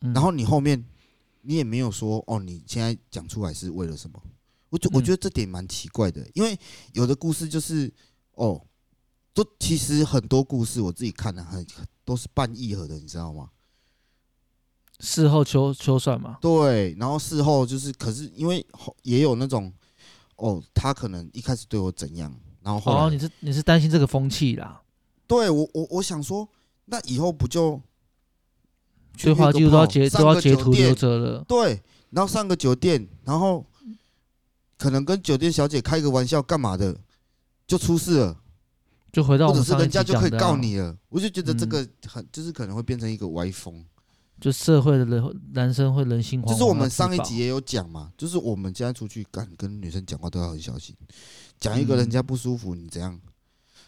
Speaker 1: 嗯、
Speaker 2: 然后你后面你也没有说哦，你现在讲出来是为了什么？我觉我
Speaker 1: 嗯
Speaker 2: 觉得这点蛮奇怪的，因为有的故事就是哦，都其实很多故事我自己看的、很都是半义和的，你知道吗？
Speaker 1: 事后秋秋算嘛，
Speaker 2: 对，然后事后就是，可是因为后也有那种哦，他可能一开始对我怎样，然后后来、
Speaker 1: 哦，你是你是担心这个风气啦，
Speaker 2: 对我我我想说，那以后不就去
Speaker 1: 对话
Speaker 2: 约个
Speaker 1: 记录都要
Speaker 2: 炮
Speaker 1: 截
Speaker 2: 上
Speaker 1: 都要
Speaker 2: 个
Speaker 1: 截
Speaker 2: 酒
Speaker 1: 图留
Speaker 2: 店
Speaker 1: 着了，
Speaker 2: 对，然后上个酒店，然后可能跟酒店小姐开个玩笑干嘛的，就出事了，
Speaker 1: 就回到
Speaker 2: 或
Speaker 1: 我
Speaker 2: 者
Speaker 1: 们
Speaker 2: 是
Speaker 1: 上一
Speaker 2: 人
Speaker 1: 期
Speaker 2: 家就
Speaker 1: 讲
Speaker 2: 可以
Speaker 1: 的、
Speaker 2: 告
Speaker 1: 啊，
Speaker 2: 你了。我就觉得这
Speaker 1: 嗯
Speaker 2: 个很就是可能会变成一个歪风，
Speaker 1: 就社会的人男生会人心惶惶。
Speaker 2: 就是我们
Speaker 1: 要自
Speaker 2: 上一
Speaker 1: 保
Speaker 2: 集也有讲嘛，就是我们现在出去干跟女生讲话都要很小心，讲一个人家不舒服你怎样？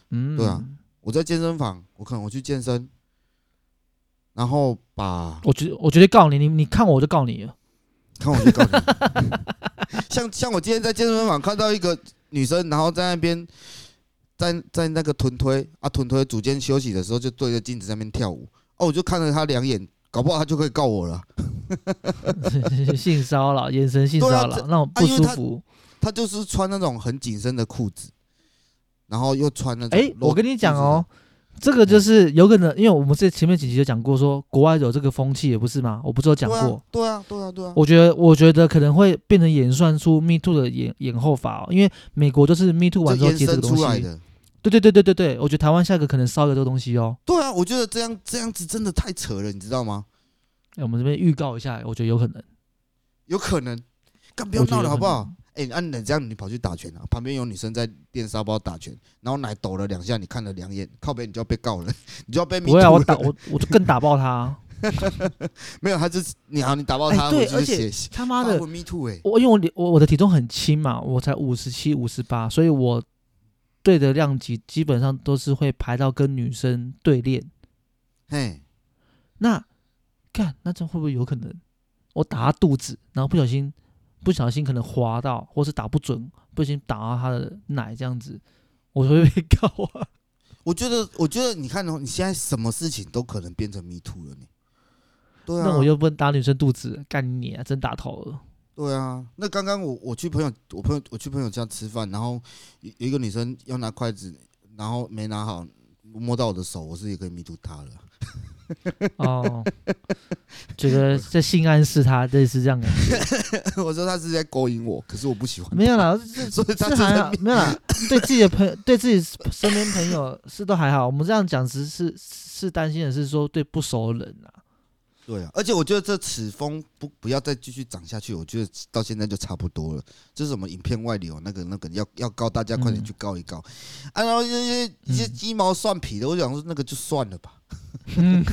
Speaker 1: 嗯，
Speaker 2: 对啊，我在健身房，我可能我去健身，然后把
Speaker 1: 我觉我绝对告你，你你看我我就告你了，
Speaker 2: 看我就告你。 像像我今天在健身房看到一个女生，然后在那边在在那个臀推啊臀推组间休息的时候，就对着镜子在那边跳舞。哦，我就看了她两眼，搞不好她就可以告我了。
Speaker 1: 性骚扰，眼神性
Speaker 2: 对啊
Speaker 1: 骚扰
Speaker 2: 这，
Speaker 1: 让我不
Speaker 2: 因为
Speaker 1: 舒
Speaker 2: 他
Speaker 1: 服。
Speaker 2: 她就是穿那种很紧身的裤子，然后又穿那种
Speaker 1: 哎、
Speaker 2: 露。
Speaker 1: 我跟你讲哦，这个
Speaker 2: 嗯
Speaker 1: 就是有可能，因为我们这前面几集就讲过说国外有这个风气，也不是吗？我不是有讲
Speaker 2: 就是，
Speaker 1: 过。
Speaker 2: 对啊，对啊，对啊，对啊。
Speaker 1: 我觉得，我觉得可能会变成演算出 Me Too 的演演后法、哦，因为美国就是 Me Too 完之
Speaker 2: 这
Speaker 1: 后
Speaker 2: 延
Speaker 1: 接这
Speaker 2: 伸
Speaker 1: 个东西
Speaker 2: 出。来的，
Speaker 1: 对对对对对对，我觉得台湾下一个可能烧一个这个东西哦。
Speaker 2: 对啊，我觉得这样这样子真的太扯了，你知道吗？
Speaker 1: 哎我们这边预告一下，我觉得有可能。
Speaker 2: 有可能，干不要
Speaker 1: 我觉
Speaker 2: 闹
Speaker 1: 得
Speaker 2: 了好不
Speaker 1: 有可
Speaker 2: 好
Speaker 1: 能？
Speaker 2: 哎、那、你这样你跑去打拳啊？旁边有女生在练沙包打拳，然后奶抖了两下，你看了两眼，靠背你就要被告了，你就要被
Speaker 1: 不会
Speaker 2: me
Speaker 1: 啊，
Speaker 2: too
Speaker 1: 我
Speaker 2: 了
Speaker 1: 打我我就更打爆他啊、
Speaker 2: 没有，他就是你好，你打爆
Speaker 1: 哎
Speaker 2: 他，
Speaker 1: 对
Speaker 2: 我就
Speaker 1: 而
Speaker 2: 是
Speaker 1: 且
Speaker 2: 写写
Speaker 1: 他妈
Speaker 2: 发
Speaker 1: 的，
Speaker 2: 文 me too 哎、
Speaker 1: 我因为我脸我我的体重很轻嘛，我才五十七、五十八，所以我对的量级基本上都是会排到跟女生对练。
Speaker 2: 嘿，
Speaker 1: 那看那这样会不会有可能？我打他肚子，然后不小心不小心可能滑到，或是打不准，不小心打到他的奶这样子，我会被告啊。
Speaker 2: 我觉得，我觉得你看哦，你现在什么事情都可能变成 me too 了你。对啊，
Speaker 1: 那我又不能打女生肚子，干你啊！真打头了。
Speaker 2: 对啊，那刚刚我我去朋友，我朋友我去朋友家吃饭，然后有有一个女生要拿筷子，然后没拿好，摸到我的手，我是也可以 me too 她了。
Speaker 1: 哦，觉得这性暗示他类似这样的，
Speaker 2: 我说他是在勾引我，可是我不喜欢。
Speaker 1: 没有，啦，这
Speaker 2: 所以他
Speaker 1: 是
Speaker 2: 是
Speaker 1: 还
Speaker 2: 在，
Speaker 1: 好
Speaker 2: 啊
Speaker 1: 没有啦。对自己的朋友，对自己身边朋友是都还好。我们这样讲，只是是担心的是说对不熟的人啊。
Speaker 2: 对啊。而且我觉得这此风不不要再继续涨下去，我觉得到现在就差不多了。就是什么影片外流那个那个要要告大家快点
Speaker 1: 嗯
Speaker 2: 去告一告，啊，然后一些一些鸡毛蒜皮的，我想说那个就算了吧。嗯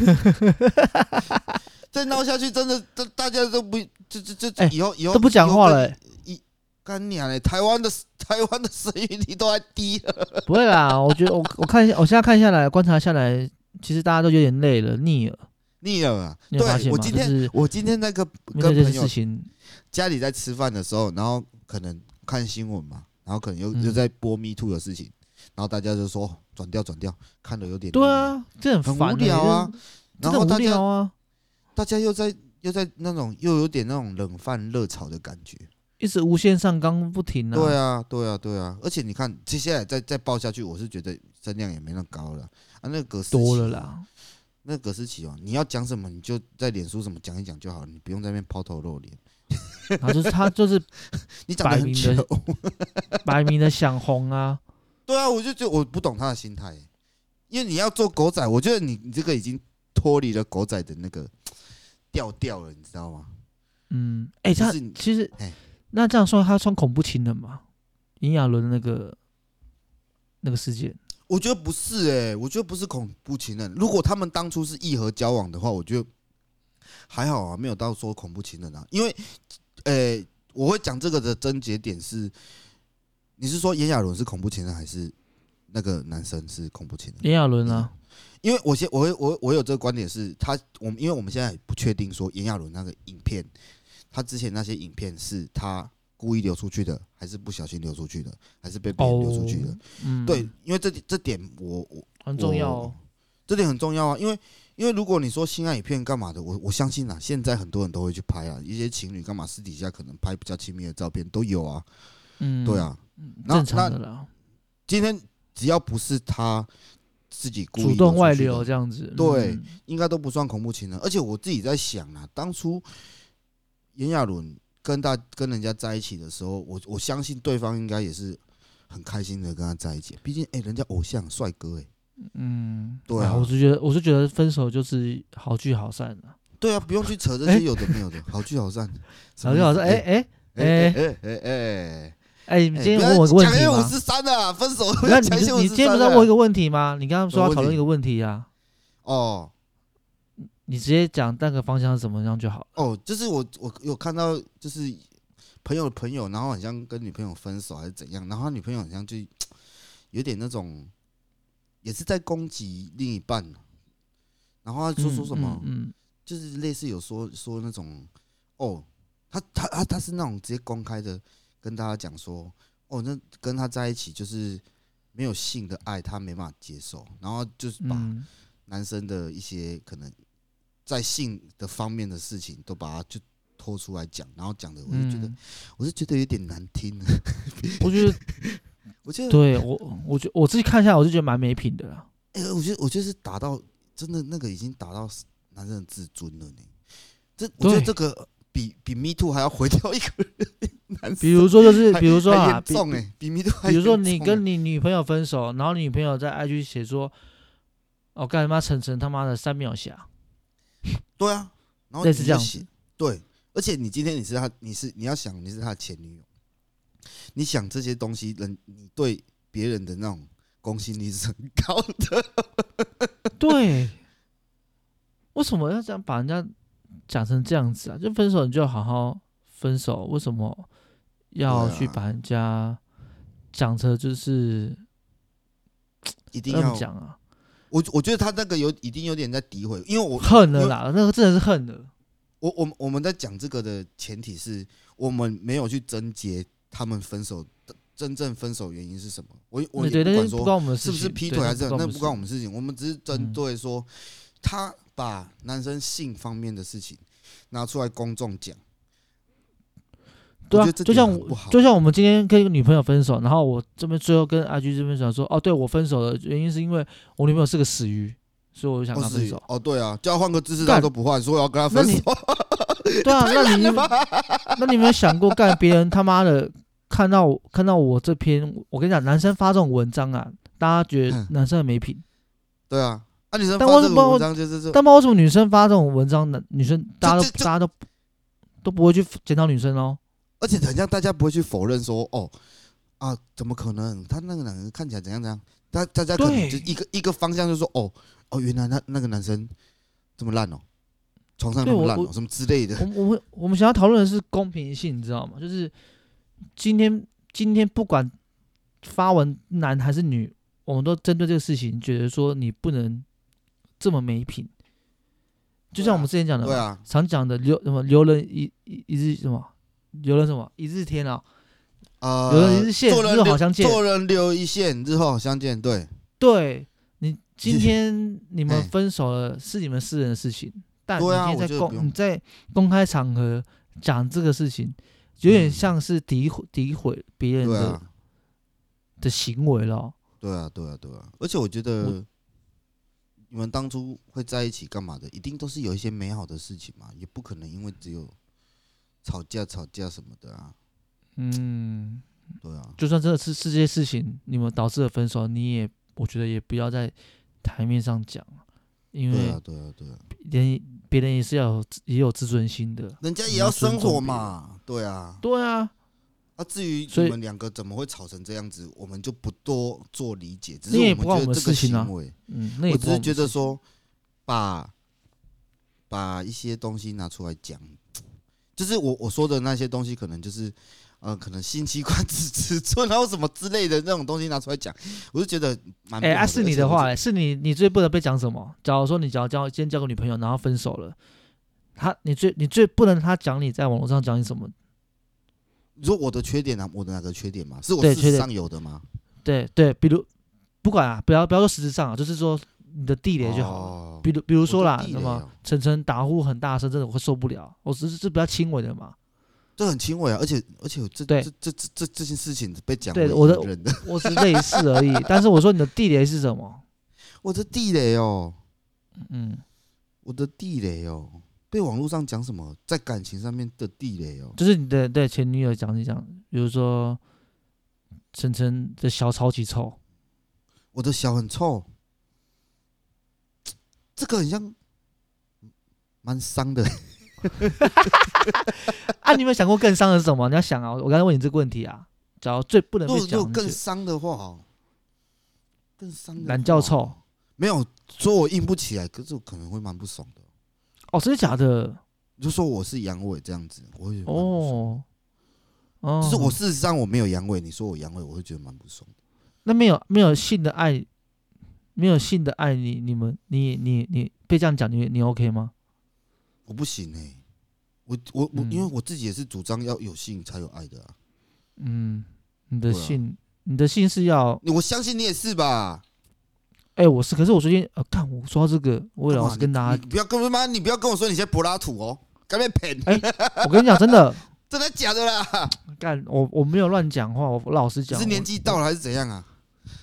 Speaker 2: 再闹下去，真的，这大家都不，这这这
Speaker 1: 哎
Speaker 2: 以后以后
Speaker 1: 都不讲话了、。欸，
Speaker 2: 干娘嘞！台湾的台湾的生育率都还低了，
Speaker 1: 不会啦。我觉得我我看一下，我现在看下来，观察下来，其实大家都有点累了，腻了。
Speaker 2: 腻了啊！
Speaker 1: 你有发
Speaker 2: 对
Speaker 1: 现
Speaker 2: 我
Speaker 1: 吗？
Speaker 2: 今
Speaker 1: 就
Speaker 2: 天
Speaker 1: 是
Speaker 2: 我今天那个跟
Speaker 1: 面对这
Speaker 2: 朋
Speaker 1: 些
Speaker 2: 友
Speaker 1: 事情，
Speaker 2: 家里在吃饭的时候，然后可能看新闻嘛，然后可能又
Speaker 1: 嗯
Speaker 2: 又在播 Me Too 的事情，然后大家就说哦转掉转掉，看的有点
Speaker 1: 对，啊，这很
Speaker 2: 很
Speaker 1: 烦、欸，
Speaker 2: 无聊啊
Speaker 1: 就是，
Speaker 2: 然
Speaker 1: 真的
Speaker 2: 后
Speaker 1: 很无
Speaker 2: 大
Speaker 1: 聊
Speaker 2: 家
Speaker 1: 啊，
Speaker 2: 大家又在又在那种又有点那种冷饭热炒的感觉，
Speaker 1: 一直无限上纲不停啊。
Speaker 2: 对啊对啊对啊，而且你看接下来再再爆下去，我是觉得声量也没那么高了啊，那个葛斯
Speaker 1: 多
Speaker 2: 奇
Speaker 1: 了
Speaker 2: 哦
Speaker 1: 啦。
Speaker 2: 那葛思琪哦，你要讲什么你就在脸书什么讲一讲就好了，你不用在那边抛头露脸。
Speaker 1: 然后就是他就是
Speaker 2: 你讲的
Speaker 1: 摆
Speaker 2: 很
Speaker 1: 明的
Speaker 2: 糗，
Speaker 1: 摆明的想红 啊。
Speaker 2: 对啊，我就觉得我不懂他的心态欸，因为你要做狗仔，我觉得你你这个已经脱离了狗仔的那个调调了，你知道吗？
Speaker 1: 嗯，哎、
Speaker 2: 就
Speaker 1: 他
Speaker 2: 是你
Speaker 1: 其实
Speaker 2: 哎，
Speaker 1: 那这样算他算恐怖情人嘛？炎亚纶的那个那个事件，
Speaker 2: 我觉得不是哎、我觉得不是恐怖情人。如果他们当初是议和交往的话，我觉得还好啊，没有到说恐怖情人啊。因为，呃、我会讲这个的症结点是，你是说炎亚纶是恐怖情人，还是那个男生是恐怖情人？
Speaker 1: 炎亚纶啊，
Speaker 2: 因为我先我会我我有这个观点是，他我们因为我们现在也不确定说炎亚纶那个影片，他之前那些影片是他故意流出去的，还是不小心流出去的，还是被别人流出去的？
Speaker 1: 嗯，
Speaker 2: 对，，因为这这点我我
Speaker 1: 很重要
Speaker 2: 我
Speaker 1: 哦。
Speaker 2: 这点很重要啊，因为因为如果你说性爱影片干嘛的，我我相信啊，现在很多人都会去拍啊，一些情侣干嘛私底下可能拍比较亲密的照片都有啊，
Speaker 1: 嗯，
Speaker 2: 对，啊，那
Speaker 1: 正常的啦，
Speaker 2: 今天只要不是他自己故意
Speaker 1: 主动外
Speaker 2: 流出去的，
Speaker 1: 流这样子。
Speaker 2: 对
Speaker 1: 嗯，
Speaker 2: 应该都不算恐怖情人。而且我自己在想啊，当初炎亚纶跟大跟人家在一起的时候，我我相信对方应该也是很开心的跟他在一起，毕竟哎、人家偶像帅哥哎、
Speaker 1: 嗯，
Speaker 2: 对
Speaker 1: 哎
Speaker 2: 啊
Speaker 1: 我是觉得，我是觉得分手就是好聚好散啊。
Speaker 2: 对啊，不用去扯这些有的没有的，好聚好散，
Speaker 1: 哎 好聚好散，哎哎
Speaker 2: 哎哎哎哎。
Speaker 1: 哎，你
Speaker 2: 哎
Speaker 1: 今天
Speaker 2: 不
Speaker 1: 问
Speaker 2: 要
Speaker 1: 我一个问题
Speaker 2: 讲哎五
Speaker 1: 吗？
Speaker 2: 十三了，分手
Speaker 1: 不是
Speaker 2: 了。
Speaker 1: 你
Speaker 2: 讲一些
Speaker 1: 你今天
Speaker 2: 53
Speaker 1: 不是
Speaker 2: 了
Speaker 1: 在问一个问题吗？你刚刚说要讨论一个问题啊，
Speaker 2: 哦
Speaker 1: 你直接讲那个方向是怎么样就好了。
Speaker 2: 哦，就是我我有看到就是朋友的朋友，然后好像跟女朋友分手还是怎样，然后他女朋友好像就有点那种，也是在攻击另一半，啊然后他说说什么，
Speaker 1: 嗯，嗯
Speaker 2: 就是类似有说说那种哦，他他他他是那种直接公开的跟大家讲说，哦，那跟他在一起就是没有性的爱，他没办法接受，然后就是
Speaker 1: 嗯
Speaker 2: 把。
Speaker 1: 嗯
Speaker 2: 男生的一些可能在性的方面的事情，都把它就拖出来讲，然后讲的，我就觉得，
Speaker 1: 嗯
Speaker 2: 我是觉得有点难听。啊
Speaker 1: 我觉得
Speaker 2: 我觉得，
Speaker 1: 对我，我觉我自己看下来，我就觉得蛮没品的啦。
Speaker 2: 哎、我觉得，我觉得是打到真的那个已经打到男生的自尊了呢。这我觉得
Speaker 1: 对
Speaker 2: 这个比比 Me Too 还要毁掉一个人 男生，
Speaker 1: 比如说，就是
Speaker 2: 还
Speaker 1: 比如说
Speaker 2: 还
Speaker 1: 啊，
Speaker 2: 严
Speaker 1: 比
Speaker 2: 重哎、比 Me Too 还
Speaker 1: 比如说你
Speaker 2: 严重欸
Speaker 1: 跟你女朋友分手，然后你女朋友在 IG 写说：“哦，干他妈晨晨他妈的三秒侠。
Speaker 2: 对啊，然后
Speaker 1: 类
Speaker 2: 你
Speaker 1: 似
Speaker 2: 就
Speaker 1: 这样
Speaker 2: 写对，而且你今天你是他，你是你要想你是他的前女友，你想这些东西，人你对别人的那种公信力是很高的。”
Speaker 1: 对，为什么要这样把人家讲成这样子啊？就分手你就好好分手，为什么要
Speaker 2: 对啊
Speaker 1: 去把人家讲成就是
Speaker 2: 一定
Speaker 1: 这
Speaker 2: 要
Speaker 1: 么讲啊？
Speaker 2: 我我觉得他那个有一定有点在诋毁，因为我
Speaker 1: 恨
Speaker 2: 因
Speaker 1: 了
Speaker 2: 为
Speaker 1: 啦，那个真的是恨了。
Speaker 2: 我我们我们在讲这个的前提是我们没有去贞结他们分手的真正分手原因是什么。我我也
Speaker 1: 对，那
Speaker 2: 不管
Speaker 1: 就
Speaker 2: 说
Speaker 1: 不关我们的
Speaker 2: 是
Speaker 1: 事情，
Speaker 2: 不是劈
Speaker 1: 对
Speaker 2: 腿还是
Speaker 1: 那
Speaker 2: 怎样那
Speaker 1: 们
Speaker 2: 不关我
Speaker 1: 事嗯
Speaker 2: 们事情，我们只是针对说他把男生性方面的事情拿出来公众讲。
Speaker 1: 对
Speaker 2: 我
Speaker 1: 啊，
Speaker 2: 觉得这点
Speaker 1: 就像
Speaker 2: 很
Speaker 1: 我
Speaker 2: 不好
Speaker 1: 就像我们今天跟一个女朋友分手，然后我这边最后跟 IG 这边讲说，哦，对我分手的原因是因为我女朋友是个死鱼，所以我就想跟
Speaker 2: 哦
Speaker 1: 她分手。
Speaker 2: 哦，对啊，叫他换个姿势
Speaker 1: 干
Speaker 2: 他都不换，说我要跟他分手。
Speaker 1: 对啊，那你有 那你有没有想过，干别人他妈的看到我看到我这篇，我跟你讲，男生发这种文章啊，大家觉得
Speaker 2: 嗯
Speaker 1: 男生很没品，
Speaker 2: 对啊，那女生
Speaker 1: 但
Speaker 2: 发
Speaker 1: 我
Speaker 2: 这
Speaker 1: 不
Speaker 2: 个
Speaker 1: 我
Speaker 2: 文章就是说，
Speaker 1: 但不知道为什么女生发这种文章，男女生大家都
Speaker 2: 呃这这
Speaker 1: 大家都都不会去检讨女生哦。
Speaker 2: 而且很像大家不会去否认说，哦啊，怎么可能？他那个男人看起来怎样怎样？大大家可能
Speaker 1: 对
Speaker 2: 就一个一个方向就说，哦哦，原来那那个男生这么烂哦，床上那
Speaker 1: 对
Speaker 2: 么
Speaker 1: 我
Speaker 2: 烂哦
Speaker 1: 我，
Speaker 2: 什么之类的。
Speaker 1: 我们我们我们想要讨论的是公平性，你知道吗？就是今天今天不管发文男还是女，我们都针对这个事情，觉得说你不能这么没品。就像我们之前讲的嘛，
Speaker 2: 对啊，
Speaker 1: 常讲的留什么留人一一一日什么留人什么一日天啊，
Speaker 2: 啊，
Speaker 1: 有人日线
Speaker 2: 做人
Speaker 1: 日后好
Speaker 2: 留
Speaker 1: 相见
Speaker 2: 做人留一线，日后好相见。对，
Speaker 1: 对你今天你们
Speaker 2: 哎
Speaker 1: 分手了是你们私人的事情，但你
Speaker 2: 对啊
Speaker 1: 今
Speaker 2: 我
Speaker 1: 天
Speaker 2: 觉
Speaker 1: 在
Speaker 2: 得不
Speaker 1: 公、
Speaker 2: 用
Speaker 1: 你在公开场合讲这个事情，有点
Speaker 2: 嗯
Speaker 1: 像是诋毁诋毁别人
Speaker 2: 对
Speaker 1: 的、
Speaker 2: 啊，
Speaker 1: 的行为了。
Speaker 2: 对啊，对啊，对啊。而且我觉得你们当初会在一起干嘛的，一定都是有一些美好的事情嘛，也不可能因为只有吵架、吵架什么的啊。
Speaker 1: 嗯，
Speaker 2: 对啊，
Speaker 1: 就算真的是是这些事情你们导致了分手，你也我觉得也不要在台面上讲，因
Speaker 2: 对
Speaker 1: 为
Speaker 2: 啊，对啊，对啊，
Speaker 1: 别人别人也是要有自也有自尊心的。
Speaker 2: 人家
Speaker 1: 你
Speaker 2: 也
Speaker 1: 要
Speaker 2: 要
Speaker 1: 尊
Speaker 2: 生
Speaker 1: 重
Speaker 2: 活嘛。对啊，
Speaker 1: 对啊，
Speaker 2: 那至于
Speaker 1: 所以
Speaker 2: 你们两个怎么会吵成这样子，我们就不多做理解，只是
Speaker 1: 你也不
Speaker 2: 我
Speaker 1: 关
Speaker 2: 们
Speaker 1: 我
Speaker 2: 觉
Speaker 1: 们
Speaker 2: 得
Speaker 1: 的
Speaker 2: 这个
Speaker 1: 事情啊
Speaker 2: 行为。
Speaker 1: 嗯，那也
Speaker 2: 我
Speaker 1: 不
Speaker 2: 只是
Speaker 1: 关们
Speaker 2: 觉
Speaker 1: 事
Speaker 2: 得
Speaker 1: 情
Speaker 2: 说，把把一些东西拿出来讲，就是我我说的那些东西，可能就是呃，可能性器官尺尺寸然后什么之类的那种东西拿出来讲，我就觉得蛮妙。
Speaker 1: 哎，啊，是你的话
Speaker 2: 而且
Speaker 1: 嘞，是你，你最不能被讲什么？假如说你只要交今天交个女朋友，然后分手了，他你最你最不能他讲你在网络上讲你什么？
Speaker 2: 我，你说我的缺点啊，我的哪个缺点吗？是我
Speaker 1: 对
Speaker 2: 事
Speaker 1: 缺
Speaker 2: 实
Speaker 1: 点
Speaker 2: 上有的吗？
Speaker 1: 对对，比如不管啊，不要不要说实质上啊，就是说你的地雷就好了。
Speaker 2: 哦
Speaker 1: 比如比如
Speaker 2: 我
Speaker 1: 说
Speaker 2: 的
Speaker 1: 啦，
Speaker 2: 地
Speaker 1: 什
Speaker 2: 雷
Speaker 1: 么
Speaker 2: 哦
Speaker 1: 晨晨打呼很大声，这种我会受不了。我只是这比较轻微的嘛。
Speaker 2: 这很轻微啊，而且而且这
Speaker 1: 对
Speaker 2: 这这这这这件事情被讲
Speaker 1: 对
Speaker 2: 为
Speaker 1: 我的
Speaker 2: 隐忍的，
Speaker 1: 我只是类似而已。但是我说你的地雷是什么？
Speaker 2: 我的地雷哦，
Speaker 1: 嗯，
Speaker 2: 我的地雷哦，被网络上讲什么，在感情上面的地雷哦，
Speaker 1: 就是你的对前女友讲你讲，比如说晨晨的小超级臭，
Speaker 2: 我的小很臭，这个很像蛮伤的。
Speaker 1: 啊，你有没有想过更伤的是什么？你要想啊，我刚才问你这个问题啊，只要最不能
Speaker 2: 如
Speaker 1: 被
Speaker 2: 果如
Speaker 1: 讲
Speaker 2: 果
Speaker 1: 你
Speaker 2: 更
Speaker 1: 就
Speaker 2: 伤的话哦，更伤的话
Speaker 1: 懒觉臭，
Speaker 2: 没有说我硬不起来，可是我可能会蛮不爽的。
Speaker 1: 哦，真的假的？
Speaker 2: 你就说我是阳痿这样子，我会觉得蛮不爽。
Speaker 1: 哦，哦，
Speaker 2: 就是我事实上我没有阳痿，你说我阳痿，我会觉得蛮不爽的。
Speaker 1: 那没有没有性的爱，没有性的爱你，你们你你你被这样讲，你你 OK 吗？
Speaker 2: 我不行哎、我我我，
Speaker 1: 嗯
Speaker 2: 因为我自己也是主张要有性才有爱的啊。
Speaker 1: 嗯，你的
Speaker 2: 对啊
Speaker 1: 性、你的性是要
Speaker 2: 你我相信你也是吧？
Speaker 1: 哎、我是，可是我最近呃，看我说到这个，我也老
Speaker 2: 干嘛
Speaker 1: 是跟大
Speaker 2: 你
Speaker 1: 家，
Speaker 2: 你不要跟我妈，你不要跟我说你现在柏拉图哦，该被骗，
Speaker 1: 我跟你讲，真的，
Speaker 2: 真的假的啦？
Speaker 1: 干我我没有乱讲话，我我老实
Speaker 2: 你
Speaker 1: 讲，
Speaker 2: 是年
Speaker 1: 我
Speaker 2: 纪到了还是怎样啊？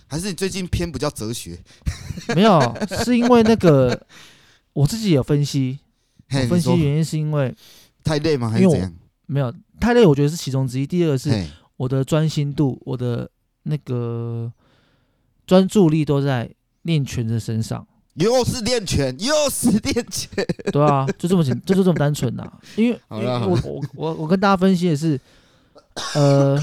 Speaker 2: 还是你最近偏比较哲学？
Speaker 1: 没有，是因为那个 我自己有分析，
Speaker 2: 嘿，哎
Speaker 1: 我
Speaker 2: 你
Speaker 1: 分析
Speaker 2: 说
Speaker 1: 原因是因为
Speaker 2: 太累吗？还是
Speaker 1: 因为
Speaker 2: 怎
Speaker 1: 我
Speaker 2: 样？
Speaker 1: 没有太累，我觉得是其中之一，第二个是
Speaker 2: 嘿，
Speaker 1: 我的专心度，我的那个专注力都在练拳的身上，
Speaker 2: 又是练拳，又是练拳。
Speaker 1: 对啊，就这么简，就就这么单纯呐、因为
Speaker 2: 好
Speaker 1: 因为
Speaker 2: 啦好
Speaker 1: 我我我我跟大家分析的是，呃，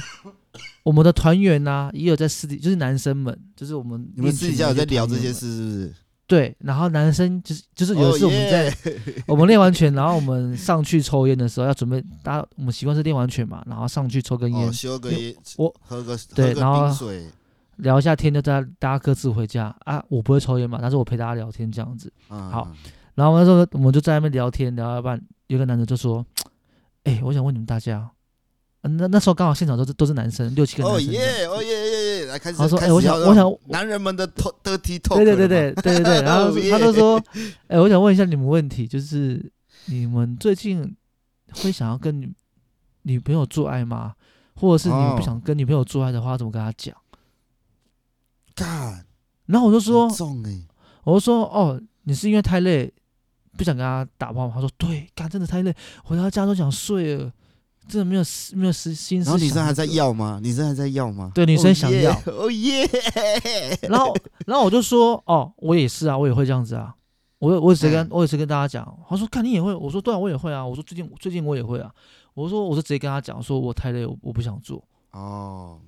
Speaker 1: 我们的团员呐、也有在私底，就是男生们，就是我们
Speaker 2: 你们
Speaker 1: 练
Speaker 2: 私
Speaker 1: 群
Speaker 2: 底下有
Speaker 1: 的
Speaker 2: 在
Speaker 1: 那些
Speaker 2: 聊
Speaker 1: 团
Speaker 2: 这
Speaker 1: 员
Speaker 2: 些
Speaker 1: 们
Speaker 2: 事是不是？
Speaker 1: 对，然后男生就是就是有
Speaker 2: 哦
Speaker 1: 一次我们在、
Speaker 2: 耶
Speaker 1: 我们练完拳，然后我们上去抽烟的时候要准备，大家我们习惯是练完拳嘛，然后上去抽根烟、
Speaker 2: 哦，修个
Speaker 1: 因为
Speaker 2: 烟，
Speaker 1: 我
Speaker 2: 喝个
Speaker 1: 对
Speaker 2: 喝个
Speaker 1: 然后
Speaker 2: 冰水，
Speaker 1: 聊一下天，就大家大家各自回家啊，我不会抽烟嘛，但是我陪大家聊天这样子。
Speaker 2: 嗯
Speaker 1: 好，然后那时候我们就在那边聊天，聊到一半，有个男的就说：“哎、我想问你们大家哦，啊那那时候刚好现场都是都是男生，六七个男
Speaker 2: 哦
Speaker 1: 生这样。
Speaker 2: 耶，哦耶耶耶，来开始。
Speaker 1: 他说
Speaker 2: 开
Speaker 1: 哎
Speaker 2: 始
Speaker 1: 我想
Speaker 2: 要
Speaker 1: 我
Speaker 2: 让
Speaker 1: 想
Speaker 2: 男人们的 talk- dirty talk
Speaker 1: 对对对
Speaker 2: 了嘛，
Speaker 1: 对对对对，然后
Speaker 2: 哦耶
Speaker 1: 他就说：“哎、我想问一下你们问题，就是你们最近会想要跟女女朋友做爱吗？或者是你们不
Speaker 2: 哦
Speaker 1: 想跟女朋友做爱的话，怎么跟她讲
Speaker 2: 干，？”
Speaker 1: 然后我就说
Speaker 2: 很：“重哎，
Speaker 1: 我就说哦，你是因为太累，不想跟他打炮吗？他说对，干真的太累，回到家都想睡了，真的没有时没有时心思。
Speaker 2: 然后女生还在，要吗？女生还在要吗？
Speaker 1: 对女生想要
Speaker 2: 哦耶，哦耶
Speaker 1: 然后然后我就说哦，我也是啊，我也会这样子啊，我也我也是跟、
Speaker 2: 嗯
Speaker 1: 我也是跟大家讲，他说看你也会，我说对啊，我也会啊，我说最近最近我也会啊，我说我就直接跟他讲，说我太累，我我不想做，
Speaker 2: 哦，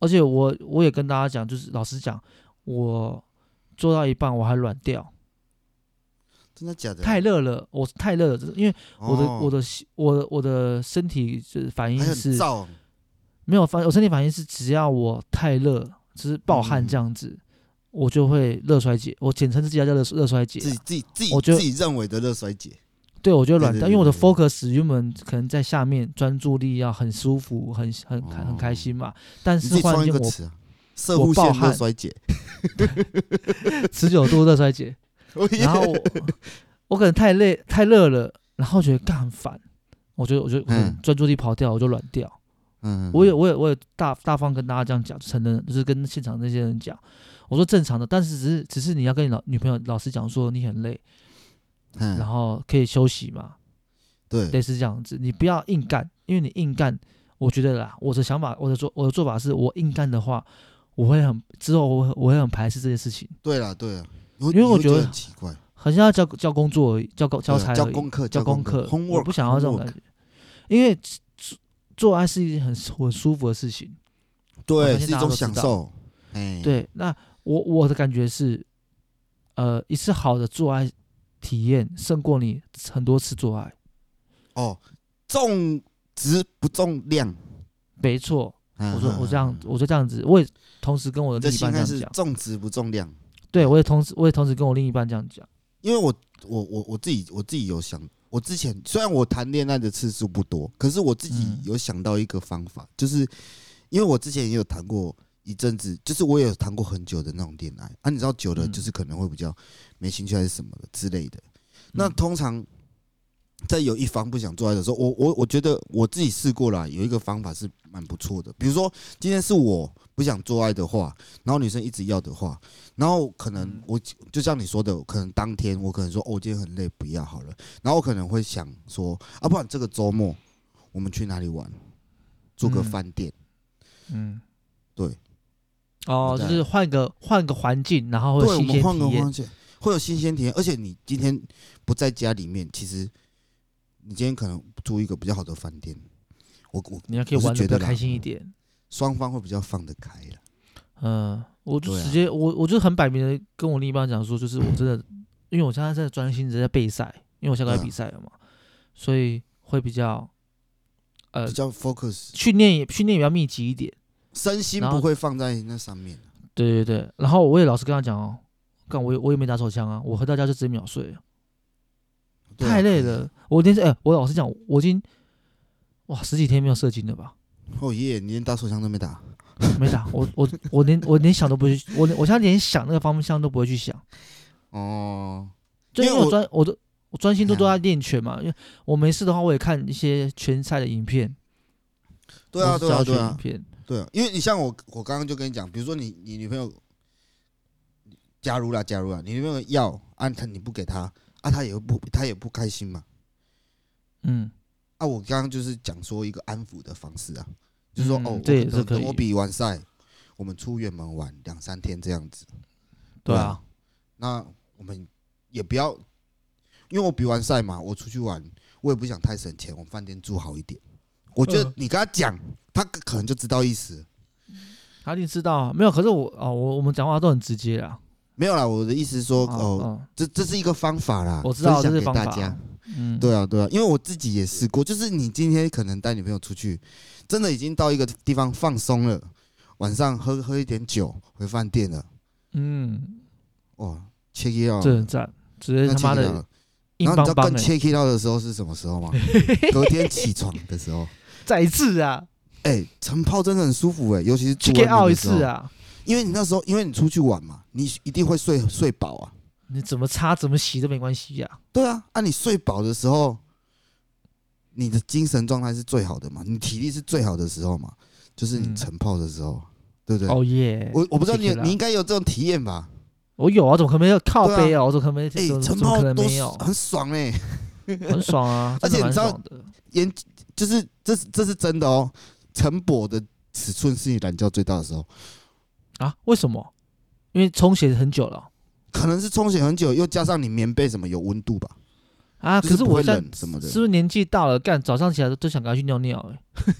Speaker 1: 而且我我也跟大家讲，就是老实讲，我做到一半我还软掉，
Speaker 2: 真的假的？
Speaker 1: 太热了，我是太热了，因为。我的
Speaker 2: 哦
Speaker 1: 我的心我的我的身体就是反应
Speaker 2: 还很
Speaker 1: 是
Speaker 2: 燥，
Speaker 1: 没有反，我身体反应是只要我太热，就是暴
Speaker 2: 嗯
Speaker 1: 汗这样子，我就会热衰竭。我简称自己叫热热衰竭啊、
Speaker 2: 自己自己自己
Speaker 1: 我觉得
Speaker 2: 自己认为的热衰竭，
Speaker 1: 对我就会软
Speaker 2: 对
Speaker 1: 掉，
Speaker 2: 对
Speaker 1: 因为我的
Speaker 2: 对对
Speaker 1: focus 原本可能在下面，专注力要很舒服，很很开很开心嘛。但
Speaker 2: 哦你自
Speaker 1: 是
Speaker 2: 己
Speaker 1: 忽然
Speaker 2: 创一
Speaker 1: 间
Speaker 2: 个
Speaker 1: 我
Speaker 2: 词啊，射护
Speaker 1: 暴
Speaker 2: 腺
Speaker 1: 汗
Speaker 2: 热衰竭，
Speaker 1: 持久度热 衰竭，
Speaker 2: 哦耶
Speaker 1: 然后 我我可能太累太热了，然后觉得干很烦，我觉得我就我可能
Speaker 2: 嗯
Speaker 1: 专注力跑掉，我就软掉。
Speaker 2: 嗯，
Speaker 1: 我也我也我也大大方跟大家这样讲，承认就是跟现场那些人讲，我说正常的，但是只是只是你要跟你老女朋友老师讲说你很累，
Speaker 2: 嗯
Speaker 1: 然后可以休息嘛，
Speaker 2: 对
Speaker 1: 类似这样子，你不要硬干，因为你硬干，我觉得啦，我的想法我的做我的做法是我硬干的话，我会很之后我会我会很排斥这件事情，
Speaker 2: 对了对了，
Speaker 1: 因为我
Speaker 2: 你会
Speaker 1: 觉
Speaker 2: 觉
Speaker 1: 得
Speaker 2: 很奇怪，
Speaker 1: 好像要交交工作而已，交工交
Speaker 2: 对
Speaker 1: 差
Speaker 2: 啊
Speaker 1: 而
Speaker 2: 交
Speaker 1: 已
Speaker 2: 功课
Speaker 1: 交功课，
Speaker 2: homework，
Speaker 1: 我不想要这种
Speaker 2: homework
Speaker 1: 感觉，因为做做爱是一件很很舒服的事情。我
Speaker 2: 对
Speaker 1: 相信
Speaker 2: 是一
Speaker 1: 大家
Speaker 2: 种
Speaker 1: 都知
Speaker 2: 享
Speaker 1: 道
Speaker 2: 受，哎，
Speaker 1: 对，那我我的感觉是，呃，一次好的做爱体验胜过你很多次做爱。
Speaker 2: 哦，重质不重量。
Speaker 1: 没错，
Speaker 2: 我
Speaker 1: 我说我这样，我就这样子，我也同时跟我的
Speaker 2: 嗯这
Speaker 1: 另一
Speaker 2: 心
Speaker 1: 半这
Speaker 2: 态
Speaker 1: 样
Speaker 2: 是
Speaker 1: 讲，
Speaker 2: 重质不重量，
Speaker 1: 对我也同时我也同时跟我另一半这样讲，
Speaker 2: 因为我我我我自己我自己有想，我之前虽然我谈恋爱的次数不多，可是我自己
Speaker 1: 嗯
Speaker 2: 有想到一个方法，就是因为我之前也有谈过一阵子，就是我也有谈过很久的那种恋爱啊，你知道久了
Speaker 1: 嗯
Speaker 2: 就是可能会比较没兴趣还是什么的之类的。那
Speaker 1: 嗯
Speaker 2: 通常在有一方不想做爱的时候，我我我觉得我自己试过了，有一个方法是蛮不错的。比如说今天是我不想做爱的话，然后女生一直要的话，然后可能
Speaker 1: 嗯
Speaker 2: 我就像你说的，可能当天我可能说哦，我今天很累，不要好了。然后我可能会想说，啊，不然这个周末我们去哪里玩？住个
Speaker 1: 嗯
Speaker 2: 饭店，
Speaker 1: 嗯，
Speaker 2: 对，
Speaker 1: 哦，
Speaker 2: 对
Speaker 1: 就是换个换个环境，然后会
Speaker 2: 对，
Speaker 1: 有
Speaker 2: 我
Speaker 1: 新
Speaker 2: 们
Speaker 1: 鲜
Speaker 2: 换
Speaker 1: 体
Speaker 2: 个
Speaker 1: 验，
Speaker 2: 环境，会有新鲜体验。而且你今天不在家里面，其实你今天可能住一个比较好的饭店，我我
Speaker 1: 你要可以
Speaker 2: 我是
Speaker 1: 玩的
Speaker 2: 觉
Speaker 1: 比较
Speaker 2: 得啦嗯
Speaker 1: 开心一点。
Speaker 2: 双方会比较放得开了。
Speaker 1: 嗯，我就
Speaker 2: 对啊
Speaker 1: 直接、我我就很摆明的跟我另一半讲说，就是我真的，因为我现在在专心的在备赛，因为我下个月
Speaker 2: 嗯
Speaker 1: 比赛了嘛，所以会比较呃
Speaker 2: 比较 focus，
Speaker 1: 训练也训练也比较密集一点。
Speaker 2: 身心
Speaker 1: 然后
Speaker 2: 不会放在那上面。啊
Speaker 1: 对对对，然后我也老实跟他讲哦，干我也我也没打手枪啊，我回到家就直接秒睡了，
Speaker 2: 对啊
Speaker 1: 太累了。我连哎、我老实讲，我已经哇十几天没有射精了吧？
Speaker 2: 哦耶，你连打手枪都没打，
Speaker 1: 没打，我我我连我连想都不会去，我连我现在连想那个方向都不会去想，
Speaker 2: 哦，
Speaker 1: 就因为
Speaker 2: 因为
Speaker 1: 我
Speaker 2: 我
Speaker 1: 专我都我专心都都
Speaker 2: 哎呀
Speaker 1: 在练拳嘛，因为我没事的话我也看一些拳赛的影片，
Speaker 2: 对啊，
Speaker 1: 或是
Speaker 2: 对啊，
Speaker 1: 教学
Speaker 2: 对
Speaker 1: 影
Speaker 2: 啊，
Speaker 1: 片，
Speaker 2: 对啊，因为你像我，我刚刚就跟你讲，比如说你你女朋友，假如啦，假如啦，你女朋友要啊，她你不给她啊，她也不她也不开心嘛。
Speaker 1: 嗯，
Speaker 2: 啊，我刚刚就是讲说一个安抚的方式啊，就是说、
Speaker 1: 嗯
Speaker 2: 哦，
Speaker 1: 这也
Speaker 2: 我
Speaker 1: 是
Speaker 2: 等
Speaker 1: 可以
Speaker 2: 等我比完赛，我们出远门玩两三天这样子。
Speaker 1: 对
Speaker 2: 对
Speaker 1: 啊
Speaker 2: 啊，那我们也不要，因为我比完赛嘛，我出去玩，我也不想太省钱，我们饭店住好一点。我觉得
Speaker 1: 嗯
Speaker 2: 你跟他讲，他可能就知道意思。
Speaker 1: 他一定知道啊，没有，可是我哦我我们讲话都很直接啦，
Speaker 2: 没有啦，我的意思是说，
Speaker 1: 啊
Speaker 2: 哦，
Speaker 1: 嗯
Speaker 2: 这这是一个方法啦，
Speaker 1: 我知道
Speaker 2: 分享
Speaker 1: 这
Speaker 2: 给
Speaker 1: 是方
Speaker 2: 大
Speaker 1: 法
Speaker 2: 家。
Speaker 1: 嗯，
Speaker 2: 对啊，对啊，因为我自己也试过，就是你今天可能带女朋友出去，真的已经到一个地方放松了，晚上喝喝一点酒，回饭店了，
Speaker 1: 嗯，
Speaker 2: 哇，check it out，
Speaker 1: 这很赞，直接
Speaker 2: 哦那
Speaker 1: 他
Speaker 2: check it out
Speaker 1: 妈的
Speaker 2: 了
Speaker 1: 硬
Speaker 2: 然后你知道
Speaker 1: 邦欸邦
Speaker 2: 更
Speaker 1: 的、
Speaker 2: check it out 的时候是什么时 候吗？隔天起床的时候，
Speaker 1: 再一次啊，
Speaker 2: 哎，晨泡真的很舒服哎、尤其是
Speaker 1: 去
Speaker 2: 住
Speaker 1: get
Speaker 2: 外面
Speaker 1: out 一
Speaker 2: 的时候
Speaker 1: 次，啊，
Speaker 2: 因为你那时候因为你出去玩嘛，你一定会睡睡饱啊，
Speaker 1: 你怎么擦怎么洗都没关系呀、
Speaker 2: 对啊，啊，你睡饱的时候，你的精神状态是最好的嘛，你体力是最好的时候嘛，就是你
Speaker 1: 嗯
Speaker 2: 晨泡的时候，对不对？
Speaker 1: 哦耶！
Speaker 2: 我我不知道
Speaker 1: check
Speaker 2: 你
Speaker 1: it out
Speaker 2: 你应该有这种体验吧？
Speaker 1: 我有啊，怎么可能没有靠背啊？我怎么可能没？
Speaker 2: 哎、
Speaker 1: 怎么怎
Speaker 2: 晨
Speaker 1: 么
Speaker 2: 泡
Speaker 1: 可能
Speaker 2: 多
Speaker 1: 没有？
Speaker 2: 很爽哎、
Speaker 1: 很爽啊，
Speaker 2: 而且
Speaker 1: 真的
Speaker 2: 你知道
Speaker 1: 蛮爽的。
Speaker 2: 研就是这是这是真的哦，晨勃的尺寸是你懒觉最大的时候，
Speaker 1: 啊？为什么？因为充血很久了
Speaker 2: 可能是充血很久，又加上你棉被什么有温度吧，
Speaker 1: 啊。
Speaker 2: 就
Speaker 1: 可
Speaker 2: 是不
Speaker 1: 我
Speaker 2: 会
Speaker 1: 在
Speaker 2: 冷什么的
Speaker 1: 是不是年纪大了？干早上起来都想赶快去尿尿哎、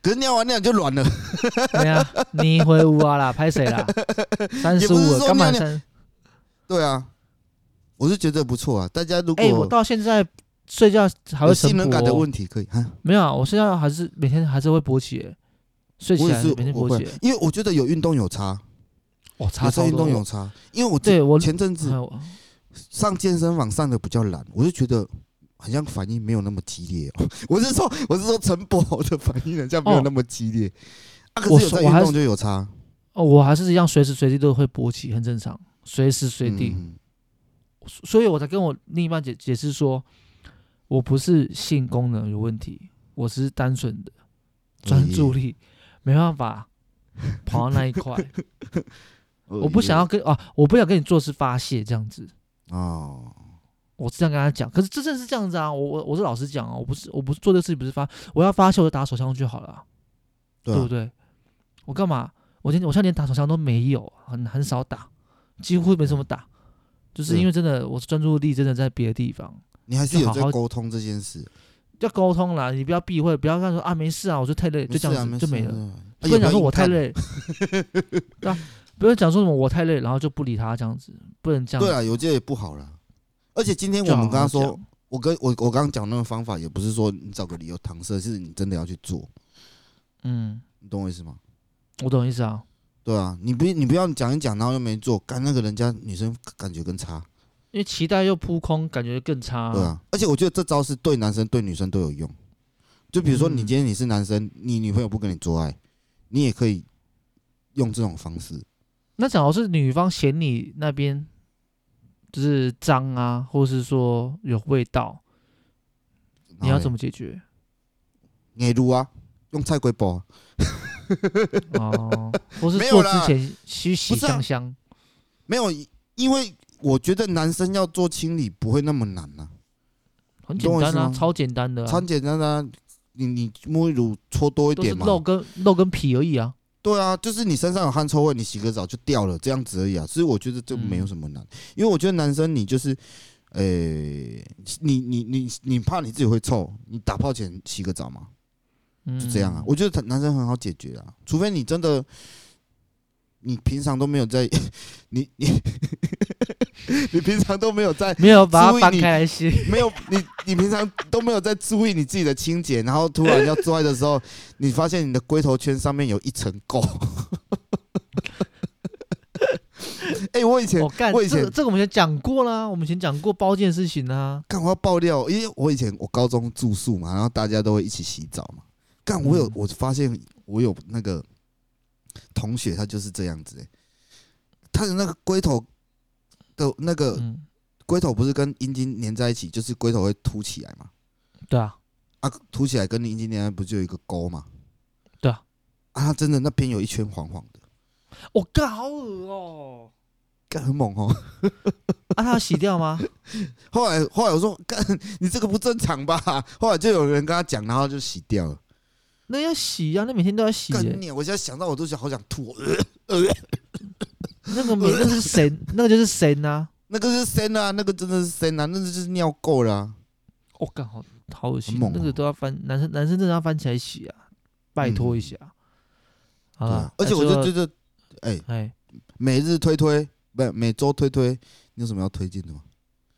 Speaker 2: 可是尿完尿就软了，
Speaker 1: 欸。对啊， 你回屋啊啦，拍谁啦？三十
Speaker 2: 也
Speaker 1: 五
Speaker 2: 不是
Speaker 1: 了，
Speaker 2: 说
Speaker 1: 刚满
Speaker 2: 尿
Speaker 1: 三。
Speaker 2: 对啊，我是觉得不错啊，大家如果
Speaker 1: 哎、我到现在睡觉还
Speaker 2: 有
Speaker 1: 会
Speaker 2: 信
Speaker 1: 晨
Speaker 2: 任感的
Speaker 1: 勃、哦。
Speaker 2: 问题可以哈。
Speaker 1: 没有啊，我睡觉还是每天还是会勃起、欸，睡起
Speaker 2: 我也
Speaker 1: 来
Speaker 2: 是
Speaker 1: 每天
Speaker 2: 我
Speaker 1: 勃
Speaker 2: 会
Speaker 1: 起、欸。，
Speaker 2: 因为我觉得有运动有差，
Speaker 1: 哇，差
Speaker 2: 有时候
Speaker 1: 超
Speaker 2: 运
Speaker 1: 多
Speaker 2: 动。有差。因为我
Speaker 1: 对我
Speaker 2: 前阵
Speaker 1: 哎
Speaker 2: 子
Speaker 1: 我
Speaker 2: 上健身房上的比较懒，我就觉得好像反应没有那么激烈哦。 我是说，我是说陈博的反应好像没有那么激烈。啊，可
Speaker 1: 我
Speaker 2: 是有
Speaker 1: 说
Speaker 2: 在
Speaker 1: 我
Speaker 2: 运
Speaker 1: 还
Speaker 2: 动就有差，
Speaker 1: 哦，我还是一样，随时随地都会勃起，很正常，随时随地。
Speaker 2: 嗯
Speaker 1: 所所以我才跟我另一半解解释说，我不是性功能有问题，我只是单纯的专注力没办法 跑到那 一块，我不想要跟啊，我不想跟你做是发泄这样子。
Speaker 2: 哦，
Speaker 1: 我是这样跟他讲，可是真正是这样子啊！我我我是老实讲啊，我不是我不是做这个事情不是发，我要发泄我就打手枪就好了啊、
Speaker 2: 对
Speaker 1: 对
Speaker 2: 啊
Speaker 1: 不对？我干嘛？我今天我现在连打手枪都没有，很很少打，几乎没什么打，就是因为真的我专注力真的在别的地方，
Speaker 2: 你还是有
Speaker 1: 就
Speaker 2: 在
Speaker 1: 好好
Speaker 2: 沟通这件事，
Speaker 1: 要沟通啦，你不要避讳，不要跟他说啊没事啊，我就太累，就这样子、
Speaker 2: 没事啊
Speaker 1: 就没。
Speaker 2: 事
Speaker 1: 了，
Speaker 2: 啊啊
Speaker 1: 不
Speaker 2: 也
Speaker 1: 能讲
Speaker 2: 要
Speaker 1: 说我
Speaker 2: 硬
Speaker 1: 太
Speaker 2: 干
Speaker 1: 累， 对啊，不要讲说什么我太累，然后就不理他这样子，不能这样。
Speaker 2: 对啊，有这也不好了。而且今天
Speaker 1: 就
Speaker 2: 啊我
Speaker 1: 好
Speaker 2: 们
Speaker 1: 好
Speaker 2: 跟他
Speaker 1: 讲
Speaker 2: 说，我跟我我刚刚讲那个方法，也不是说你找个理由搪塞，是你真的要去做，
Speaker 1: 嗯，
Speaker 2: 你懂我意思吗？
Speaker 1: 我懂意思啊，
Speaker 2: 对啊，你不你不要讲一讲，然后又没做，干那个人家女生感觉更差，
Speaker 1: 因为期待又扑空，感觉更差、
Speaker 2: 对啊。而且我觉得这招是对男生对女生都有用。就比如说你
Speaker 1: 嗯
Speaker 2: 今天你是男生，你女朋友不跟你做爱，你也可以用这种方式。
Speaker 1: 那假如是女方嫌你那边就是脏啊，或是说有味道，你要怎
Speaker 2: 么？
Speaker 1: 么 解决？
Speaker 2: 你撸啊，用菜龟包啊。
Speaker 1: 哦，或是
Speaker 2: 没有
Speaker 1: 做之
Speaker 2: 啦
Speaker 1: 前虚洗
Speaker 2: 不是啊
Speaker 1: 香香，
Speaker 2: 没有，因为我觉得男生要做清理不会那么难呐、
Speaker 1: 很
Speaker 2: 你
Speaker 1: 简
Speaker 2: 懂我意
Speaker 1: 单
Speaker 2: 思
Speaker 1: 啊，
Speaker 2: 吗
Speaker 1: 超简单的、啊，
Speaker 2: 超简单的、啊，你你沐浴乳搓多一
Speaker 1: 都是
Speaker 2: 点嘛。
Speaker 1: 肉跟肉跟皮而已啊。
Speaker 2: 对啊，就是你身上有汗臭味，你洗个澡就掉了，这样子而已啊。所以我觉得这没有什么难，
Speaker 1: 嗯
Speaker 2: 因为我觉得男生你就是，呃、你你你你怕你自己会臭，你打泡前洗个澡嘛，
Speaker 1: 嗯，
Speaker 2: 就这样啊。我觉得男生很好解决啊，除非你真的，你平常都没有在， 你你 你平常都没有在
Speaker 1: 没有把
Speaker 2: 注
Speaker 1: 它
Speaker 2: 意
Speaker 1: 翻
Speaker 2: 你
Speaker 1: 开来洗，
Speaker 2: 没有你，你平常都没有在注意你自己的清洁，然后突然要做爱的时候，你发现你的龟头圈上面有一层垢。 哎、我以 前
Speaker 1: 我干，
Speaker 2: 我以
Speaker 1: 这个
Speaker 2: 前
Speaker 1: 这个我们以前讲过啦，我们以前讲过包件事情啊。
Speaker 2: 干我要爆料，因为我以前我高中住宿嘛，然后大家都会一起洗澡嘛。干我有
Speaker 1: 嗯
Speaker 2: 我发现我有那个同学，他就是这样子、欸，他的那个龟头的那个
Speaker 1: 嗯，
Speaker 2: 龟头不是跟阴茎粘在一起，就是龟头会凸起来嘛。
Speaker 1: 对啊，
Speaker 2: 啊，凸起来跟你阴茎连不就有一个沟嘛？
Speaker 1: 对啊，
Speaker 2: 啊，它真的那边有一圈黄黄的，
Speaker 1: 我干，好恶哦。
Speaker 2: 干很猛哦。
Speaker 1: 啊，他要洗掉吗？
Speaker 2: 后来后来我说干，你这个不正常吧？后来就有人跟他讲，然后就洗掉了。
Speaker 1: 那要洗啊，那每天都要洗耶、
Speaker 2: 干你！我现在想到我都想好想吐。呃
Speaker 1: 那个每那个是神，那个就是神啊！
Speaker 2: 那个是深啊，那个真的是深啊，那个就是尿垢了、啊。
Speaker 1: 我、哦、干，好好恶心
Speaker 2: 很猛，
Speaker 1: 那个
Speaker 2: 哦
Speaker 1: 都要翻，男生男生真的要翻起来洗啊，拜托一
Speaker 2: 嗯
Speaker 1: 下。好
Speaker 2: 对啊
Speaker 1: 啦，
Speaker 2: 而且我
Speaker 1: 那
Speaker 2: 就
Speaker 1: 最
Speaker 2: 觉
Speaker 1: 后
Speaker 2: 得，哎、
Speaker 1: 哎，
Speaker 2: 每日推推，不，每周推推，你有什么要推荐的吗？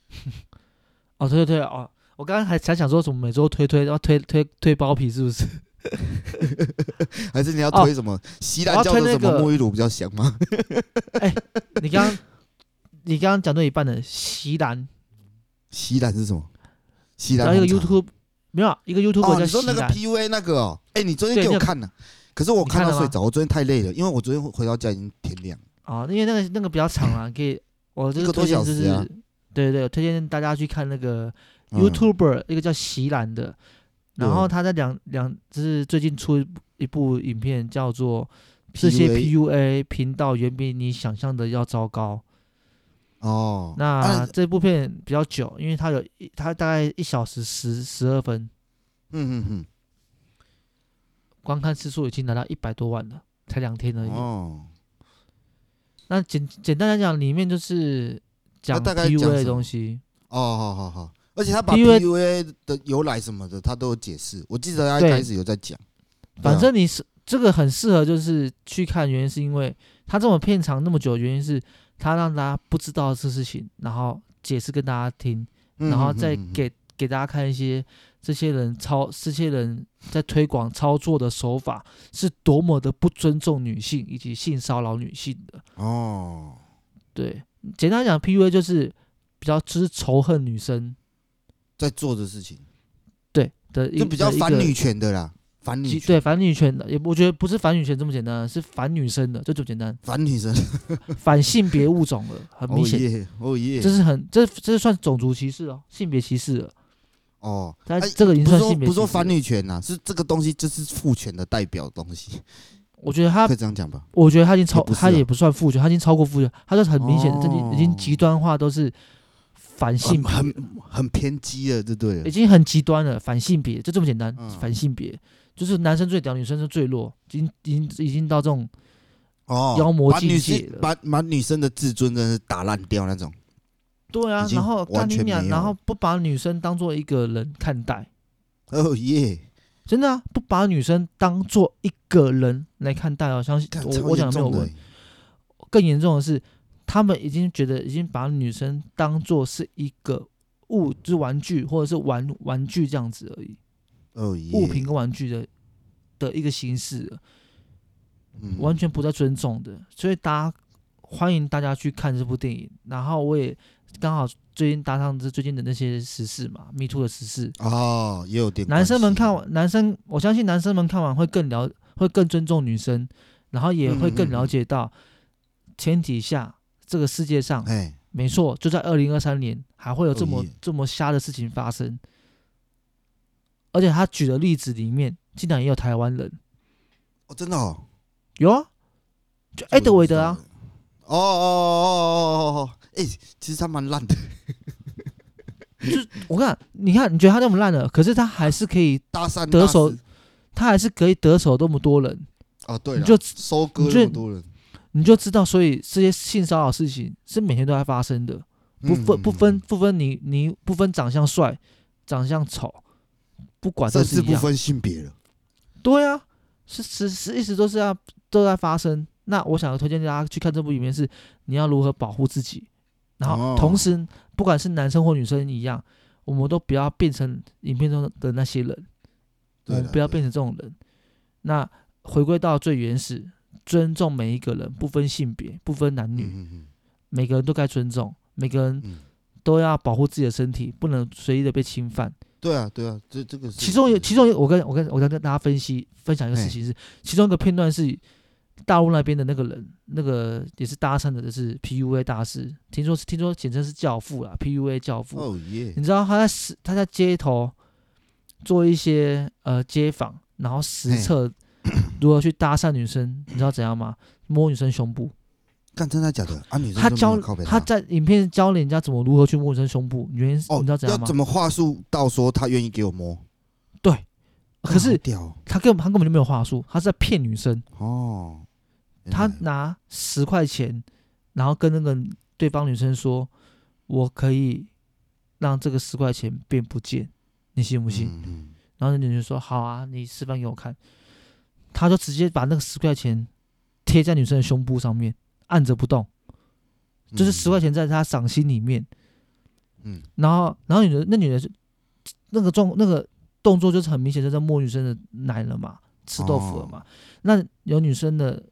Speaker 1: 哦对对对哦，我刚刚还才想说什么每周推推，然后推推推包皮是不是？
Speaker 2: 还是你要
Speaker 1: 哦
Speaker 2: 推什么？西
Speaker 1: 我
Speaker 2: 兰
Speaker 1: 要
Speaker 2: 教
Speaker 1: 推
Speaker 2: 的
Speaker 1: 那
Speaker 2: 什么
Speaker 1: 个
Speaker 2: 沐浴乳比较香吗？
Speaker 1: 你刚刚你刚刚讲到一半的席兰，
Speaker 2: 西兰是什么？西兰
Speaker 1: 然后一个
Speaker 2: 红茶
Speaker 1: YouTube 没有啊一个 YouTube
Speaker 2: 哦，
Speaker 1: 叫
Speaker 2: 你
Speaker 1: 席
Speaker 2: 说那个
Speaker 1: 兰，
Speaker 2: PUA 那个哦，哎、你昨天
Speaker 1: 对
Speaker 2: 给我
Speaker 1: 那个
Speaker 2: 看了、可是我
Speaker 1: 你
Speaker 2: 看
Speaker 1: 看
Speaker 2: 到
Speaker 1: 了
Speaker 2: 睡
Speaker 1: 吗
Speaker 2: 着，我昨天太累了，因为我昨天回到家已经天亮了。
Speaker 1: 啊，因为那个那个比较 长啊，你可以我这
Speaker 2: 一
Speaker 1: 个
Speaker 2: 个多
Speaker 1: 推荐
Speaker 2: 小
Speaker 1: 就
Speaker 2: 时
Speaker 1: 是
Speaker 2: 啊
Speaker 1: 对对，我推荐大家去看那个
Speaker 2: 嗯
Speaker 1: YouTuber 一个叫席兰的，然后
Speaker 2: 对
Speaker 1: 他在两两就是最近出一部一部影片叫做《这些 PUA 频道远比你想象的要糟糕》。
Speaker 2: 哦，
Speaker 1: 那
Speaker 2: 啊
Speaker 1: 这部片比较久，因为它有一它大概一小时十十二分，
Speaker 2: 嗯嗯
Speaker 1: 观看次数已经达到一百多万了，才两天
Speaker 2: 嗯，
Speaker 1: 而已。
Speaker 2: 哦，
Speaker 1: 那简简单来讲，里面就是讲
Speaker 2: 大概讲
Speaker 1: PUA 的
Speaker 2: 什么
Speaker 1: 东西。
Speaker 2: 哦，好好好，而且他把
Speaker 1: PUA
Speaker 2: PUA 的由来什么的，他都有解释。我记得他一
Speaker 1: 对
Speaker 2: 开始有在讲，
Speaker 1: 反
Speaker 2: 对啊
Speaker 1: 正你是这个很适合，就是去看，原因是因为他这么片长那么久，原因是他让大家不知道这事情，然后解释跟大家听，
Speaker 2: 嗯
Speaker 1: 然后
Speaker 2: 嗯
Speaker 1: 再
Speaker 2: 嗯嗯
Speaker 1: 给给大家看一些这些人操这些人在推广操作的手法是多么的不尊重女性以及性骚扰女性的。
Speaker 2: 哦，
Speaker 1: 对，简单讲，PUA 就是比较就是仇恨女生，
Speaker 2: 在做的事情
Speaker 1: 对的一
Speaker 2: 就比较
Speaker 1: 的一
Speaker 2: 反
Speaker 1: 个
Speaker 2: 女权的啦，反女
Speaker 1: 其
Speaker 2: 权，
Speaker 1: 对反女权的，也我觉得不是反女权这么简单，是反女生的就这么 简单。
Speaker 2: 反女生。
Speaker 1: 反性别物种了，很
Speaker 2: 哦
Speaker 1: 明显，
Speaker 2: 耶，哦耶
Speaker 1: 这，是很这这算种族歧视哦，性别歧视了。
Speaker 2: 哦，
Speaker 1: 但
Speaker 2: 哎
Speaker 1: 这个已经
Speaker 2: 不是
Speaker 1: 算
Speaker 2: 说
Speaker 1: 性
Speaker 2: 不
Speaker 1: 别
Speaker 2: 是
Speaker 1: 歧视
Speaker 2: 说
Speaker 1: 了。
Speaker 2: 反女权呐，是这个东西就是父权的代表东西，
Speaker 1: 我觉得他
Speaker 2: 可，以这样讲吧？
Speaker 1: 我觉得他已经超
Speaker 2: 也，不是啊
Speaker 1: 他也不算父权，他已经超过父权，他就是很明显，这
Speaker 2: 哦
Speaker 1: 已经极端化，都是反性
Speaker 2: 很
Speaker 1: 别，
Speaker 2: 很很偏激了，就对
Speaker 1: 已
Speaker 2: 了。
Speaker 1: 经很极端了，反性别就这么简单，
Speaker 2: 嗯
Speaker 1: 反性别就是男生最屌，女生是最弱，已经已经已经到这种
Speaker 2: 哦
Speaker 1: 妖魔
Speaker 2: 把女
Speaker 1: 境界
Speaker 2: 性
Speaker 1: 了
Speaker 2: 把把女生的自尊真的是打烂掉那种。
Speaker 1: 对啊
Speaker 2: 已，经
Speaker 1: 然后
Speaker 2: 完
Speaker 1: 干你
Speaker 2: 全
Speaker 1: 娘，
Speaker 2: 没有
Speaker 1: 然后不把女生当做一个人看待，
Speaker 2: 哦耶，
Speaker 1: 真的、啊、不把女生当做一个人来看待哦，相信
Speaker 2: 干
Speaker 1: 我
Speaker 2: 超
Speaker 1: 我
Speaker 2: 严
Speaker 1: 讲的没
Speaker 2: 重
Speaker 1: 有
Speaker 2: 的
Speaker 1: 问
Speaker 2: 欸，
Speaker 1: 更严重的是，他们已经觉得已经把女生当做是一个物就是玩具或者是玩玩具这样子而已，
Speaker 2: 哦耶，
Speaker 1: 物品跟玩具的的一个形式了，
Speaker 2: 嗯
Speaker 1: 完全不再尊重的。所以大家欢迎大家去看这部电影。然后我也刚好最近搭上这最近的那些时事嘛，Me Too 的时事，
Speaker 2: 哦，也有点
Speaker 1: 男生们
Speaker 2: 关系
Speaker 1: 看完，男生我相信男生们看完会更了，会更尊重女生，然后也会
Speaker 2: 嗯
Speaker 1: 更了解到前提下，这个世界上
Speaker 2: 哎，
Speaker 1: 没错，就在二零二三年还会有这么
Speaker 2: 哦耶
Speaker 1: 这么瞎的事情发生，而且他举的例子里面竟然也有台湾人，
Speaker 2: 哦，真的哦，
Speaker 1: 有啊，
Speaker 2: 这
Speaker 1: 就艾
Speaker 2: 我
Speaker 1: 德
Speaker 2: 就
Speaker 1: 维
Speaker 2: 知
Speaker 1: 德
Speaker 2: 道
Speaker 1: 啊
Speaker 2: 了，，哦哦哦哦哦哦哦，哎，其实他蛮烂的，
Speaker 1: 我看你看，你觉得他那么烂了，可是他还是可以，
Speaker 2: 大三
Speaker 1: 得
Speaker 2: 大
Speaker 1: 手
Speaker 2: 四
Speaker 1: 他还是可以得手那么多人，
Speaker 2: 哦，对
Speaker 1: 你
Speaker 2: 啦，
Speaker 1: 就
Speaker 2: 收割
Speaker 1: 你
Speaker 2: 那
Speaker 1: 就
Speaker 2: 么多人，
Speaker 1: 你就知道，所以这些性骚扰的事情是每天都在发生的。不
Speaker 2: 嗯
Speaker 1: 分不分，不分你你不分长相帅，长相丑，不管都
Speaker 2: 甚
Speaker 1: 是
Speaker 2: 至
Speaker 1: 一
Speaker 2: 不
Speaker 1: 样。
Speaker 2: 分性别了。
Speaker 1: 对啊，是是是，一直都是啊，都在发生。那我想推荐大家去看这部影片是，你要如何保护自己，然后
Speaker 2: 哦
Speaker 1: 同时不管是男生或女生一样，我们都不要变成影片中的那些人，
Speaker 2: 对
Speaker 1: 我们
Speaker 2: 啦
Speaker 1: 呃不要
Speaker 2: 对
Speaker 1: 变成这种人。那回归到最原始，尊重每一个人，不分性别，不分男女，
Speaker 2: 嗯嗯
Speaker 1: 每个人都该尊重，每个人
Speaker 2: 嗯嗯，
Speaker 1: 都要保护自己的身体，不能随意的被侵犯。
Speaker 2: 对啊对啊，这这个是
Speaker 1: 其中有，其中有，我跟我跟我跟大家分析分享一个事情是，其中一个片段是大陆那边的那个人，那个也是搭讪的，就是 PUA 大师，听说听说简称是教父啦，PUA 教父。
Speaker 2: 哦耶，
Speaker 1: 你知道他在实他在街头做一些呃街访，然后实
Speaker 2: 嘿
Speaker 1: 测 如何去搭讪女生，你知道怎样吗？摸女生胸部，
Speaker 2: 干真的假的？啊，女生
Speaker 1: 他
Speaker 2: 都没
Speaker 1: 教
Speaker 2: 有靠北
Speaker 1: 他在影片教人家怎么如何去摸女生胸部，原因是
Speaker 2: 哦
Speaker 1: 你知道，怎
Speaker 2: 要
Speaker 1: 样吗
Speaker 2: 怎？么话术到说他愿意给我摸？
Speaker 1: 对，
Speaker 2: 啊
Speaker 1: 可
Speaker 2: 好
Speaker 1: 是
Speaker 2: 屌哦
Speaker 1: 他根本他根本就没有话术，他是在骗女生。
Speaker 2: 哦，原
Speaker 1: 他
Speaker 2: 来
Speaker 1: 拿十块钱，然后跟那个对方女生说：“我可以让这个十块钱变不见，你信不信？”
Speaker 2: 嗯嗯
Speaker 1: 然后那女生说：“好啊，你示范给我看。”他就直接把那个十块钱贴在女生的胸部上面，按着不动，
Speaker 2: 嗯
Speaker 1: 就是十块钱在他掌心里面。
Speaker 2: 嗯，
Speaker 1: 然后，然后女的那女的是那个状那个动作就是很明显就在摸女生的奶了嘛，吃豆腐了
Speaker 2: 哦
Speaker 1: 嘛。那有女生的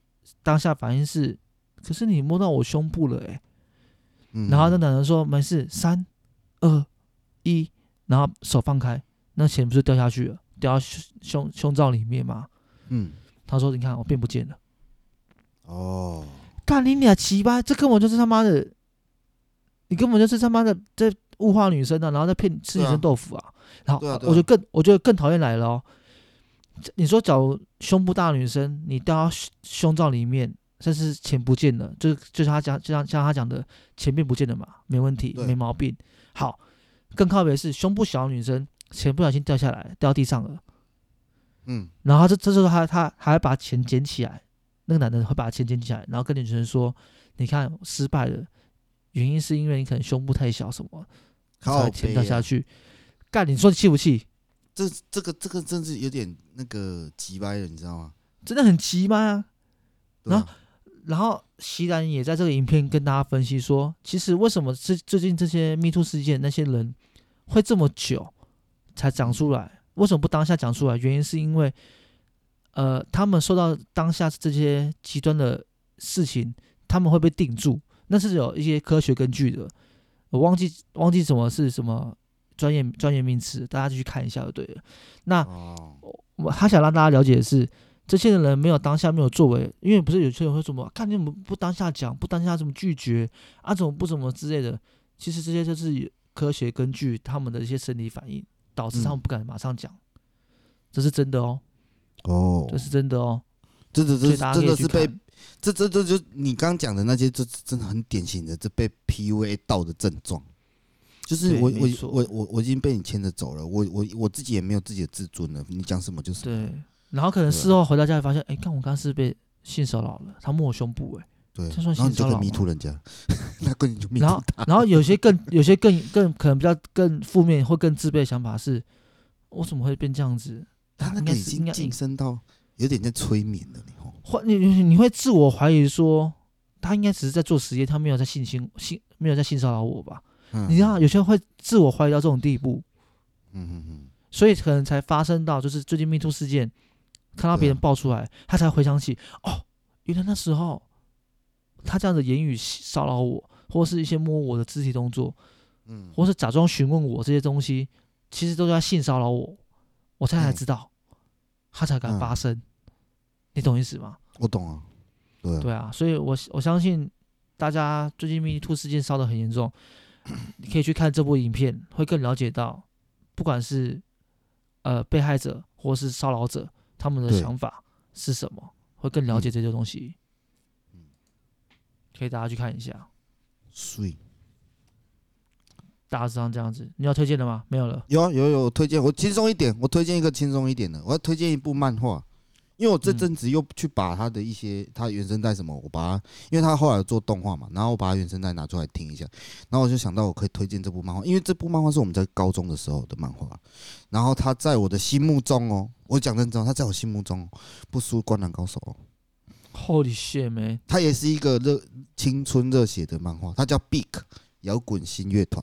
Speaker 1: 当下反应是，可是你摸到我胸部了哎、
Speaker 2: 嗯
Speaker 1: 然后那男的说没事，三二一，然后手放开，那钱不是掉下去了，掉到胸胸胸罩里面嘛？
Speaker 2: 嗯
Speaker 1: 他说你看我变不见了，
Speaker 2: 哦，
Speaker 1: 干你俩奇葩，这根本就是他妈的，你根本就是他妈的在物化女生啊，然后再骗吃女
Speaker 2: 对
Speaker 1: 生
Speaker 2: 啊
Speaker 1: 豆腐啊。然后、
Speaker 2: 对啊对啊
Speaker 1: 我就更我觉得更讨厌来了、哦。这你说，假如胸部大的女生，你掉到胸胸罩里面，甚至钱不见了，就就像他讲，就像像他讲的，钱变不见了嘛，没问题，
Speaker 2: 对
Speaker 1: 没毛病。好，更靠北的是胸部小的女生，钱不小心掉下来，掉到地上了，
Speaker 2: 嗯
Speaker 1: 然后他这这时候他他还会把钱捡起来，那个男的会把钱捡起来，然后跟女生说：“你看我失败了，原因是因为你可能胸部太小什么，才
Speaker 2: 靠
Speaker 1: 会钱
Speaker 2: 北
Speaker 1: 掉
Speaker 2: 啊
Speaker 1: 下去。”干，你说气不气？
Speaker 2: 这这个这个真是有点那个急掰了，你知道吗？
Speaker 1: 真的很急吗、
Speaker 2: 对啊
Speaker 1: 然然后席然也在这个影片跟大家分析说，其实为什么最最近这些 Me Too 事件那些人会这么久才讲出来？为什么不当下讲出来？原因是因为，呃，他们受到当下这些极端的事情，他们会被定住，那是有一些科学根据的。我忘记忘记什么是什么专业专业名词，大家就去看一下就对了。那
Speaker 2: 哦，
Speaker 1: 我们他想让大家了解的是，这些人没有当下没有作为，因为不是有些人会说什么，看你怎么不当下讲，不当下怎么拒绝啊，怎么不怎么之类的。其实这些就是有科学根据他们的一些生理反应，导致他们
Speaker 2: 嗯
Speaker 1: 不敢马上讲，这是真的哦，
Speaker 2: 哦，
Speaker 1: 这是真的哦。
Speaker 2: 真的
Speaker 1: 所
Speaker 2: 这
Speaker 1: 以大家
Speaker 2: 真
Speaker 1: 可以
Speaker 2: 的
Speaker 1: 去
Speaker 2: 是被
Speaker 1: 看
Speaker 2: 这这这就你刚讲的那些，这这真的很典型的这被 PUA 到的症状。就是
Speaker 1: 对
Speaker 2: 我
Speaker 1: 没
Speaker 2: 我
Speaker 1: 错
Speaker 2: 我我我已经被你牵着走了，我我我自己也没有自己的自尊了，你讲什么就是什么
Speaker 1: 对，然后可能
Speaker 2: 对啊
Speaker 1: 事后回到家里发现，哎，看我刚刚是被性骚扰了，他摸我胸部、诶。哎
Speaker 2: 对，
Speaker 1: 这算
Speaker 2: 然后你
Speaker 1: 性
Speaker 2: 就
Speaker 1: 骚
Speaker 2: 可以
Speaker 1: 扰
Speaker 2: 迷
Speaker 1: 吗
Speaker 2: 途人家， 那个你就迷途
Speaker 1: 然后，然后有些更有些更更可能比较更负面或更自卑的想法是，我怎么会变这样子？
Speaker 2: 他那
Speaker 1: 应
Speaker 2: 个
Speaker 1: 该
Speaker 2: 已
Speaker 1: 是应
Speaker 2: 经
Speaker 1: 该
Speaker 2: 晋升到有点在催眠了，你吼，
Speaker 1: 会你你你会自我怀疑说，他应该只是在做实验，他没有在性侵性没有在性骚扰我吧？
Speaker 2: 嗯
Speaker 1: 你知道，有些人会自我怀疑到这种地步，
Speaker 2: 嗯嗯嗯，
Speaker 1: 所以可能才发生到就是最近 Me Too 事件，看到别人
Speaker 2: 啊
Speaker 1: 爆出来，他才回想起哦，原来那时候他这样的言语骚扰我，或是一些摸我的肢体动作，
Speaker 2: 嗯
Speaker 1: 或是假装询问我这些东西，其实都是在性骚扰我，我才才
Speaker 2: 嗯
Speaker 1: 知道，他才敢
Speaker 2: 嗯
Speaker 1: 发声，你懂意思吗？
Speaker 2: 我懂啊，对啊，
Speaker 1: 对啊，所以我我相信大家最近 Me Too 事件烧得很严重，你可以去看这部影片，会更了解到，不管是呃被害者或是骚扰者，他们的
Speaker 2: 对
Speaker 1: 想法是什么，会更了解这些东西。
Speaker 2: 嗯
Speaker 1: 可以大家去看一下，
Speaker 2: 睡
Speaker 1: 大致上这样子。你要推荐的吗？没有了。
Speaker 2: 有啊有有，我推荐我轻松一点，我推荐一个轻松一点的，我要推荐一部漫画，因为我这
Speaker 1: 嗯
Speaker 2: 阵子又去把他的一些他原声带什么，我把它，因为他后来有做动画嘛，然后我把他原声带拿出来听一下，然后我就想到我可以推荐这部漫画，因为这部漫画是我们在高中的时候的漫画，然后他在我的心目中哦，我讲认真哦，他在我心目中哦不输《灌篮高手》哦，
Speaker 1: Holy shit，man！
Speaker 2: 它也是一个热青春热血的漫画，它叫《Big 摇滚新乐团》。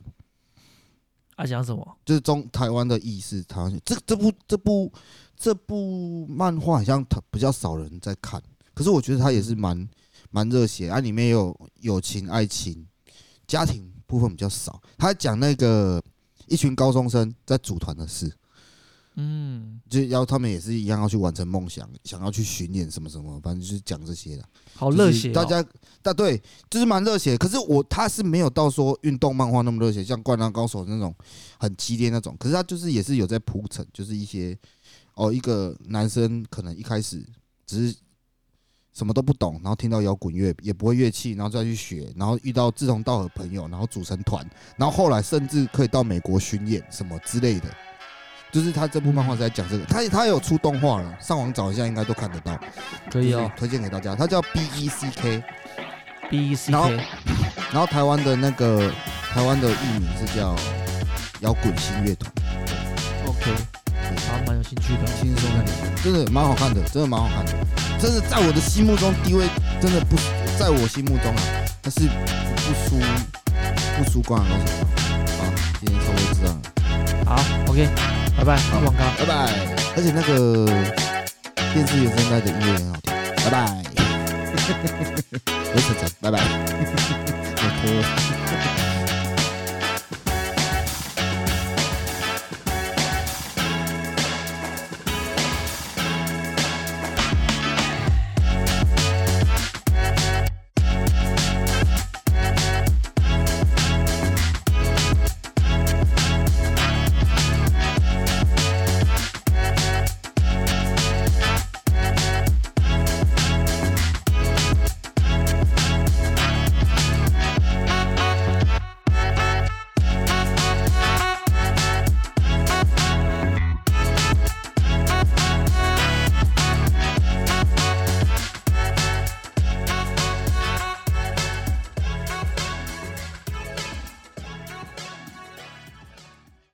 Speaker 1: 爱啊讲什么？
Speaker 2: 就是中台湾的意识，台湾这这部这部这部漫画好像它比较少人在看，可是我觉得它也是蛮蛮热血，啊，里面也有友情、爱情、家庭部分比较少。他讲那个一群高中生在组团的事，
Speaker 1: 嗯，
Speaker 2: 就要他们也是一样要去完成梦想，想要去巡演什么什么，反正就是讲这些的。
Speaker 1: 好
Speaker 2: 就是
Speaker 1: 热血、哦，
Speaker 2: 大家，但对，就是蛮热血。可是我他是没有到说运动漫画那么热血，像《灌篮高手》那种很激烈那种。可是他就是也是有在铺陈，就是一些哦，一个男生可能一开始只是什么都不懂，然后听到摇滚乐也不会乐器，然后再去学，然后遇到志同道合朋友，然后组成团，然后后来甚至可以到美国巡演什么之类的。就是他这部漫画是在讲这个，他他也有出动画了，上网找一下应该都看得到。
Speaker 1: 可以哦。
Speaker 2: 推荐给大家，它叫 B E C K，
Speaker 1: B E C
Speaker 2: 然后
Speaker 1: K，
Speaker 2: 然后台湾的那个台湾的艺名是叫摇滚新乐团，
Speaker 1: OK，好，蛮有兴趣的。
Speaker 2: 轻松一点，真的蛮好看的，真的蛮好看的，真的在我的心目中地位真的不，在我心目中啊，它是不输不输灌篮高手啊，今天稍微知道了，
Speaker 1: 好，OK，拜拜，
Speaker 2: 好
Speaker 1: 广告。
Speaker 2: 拜拜，而且那个电视原声带的音乐很好听，拜拜，我是晨晨，拜拜，我拖。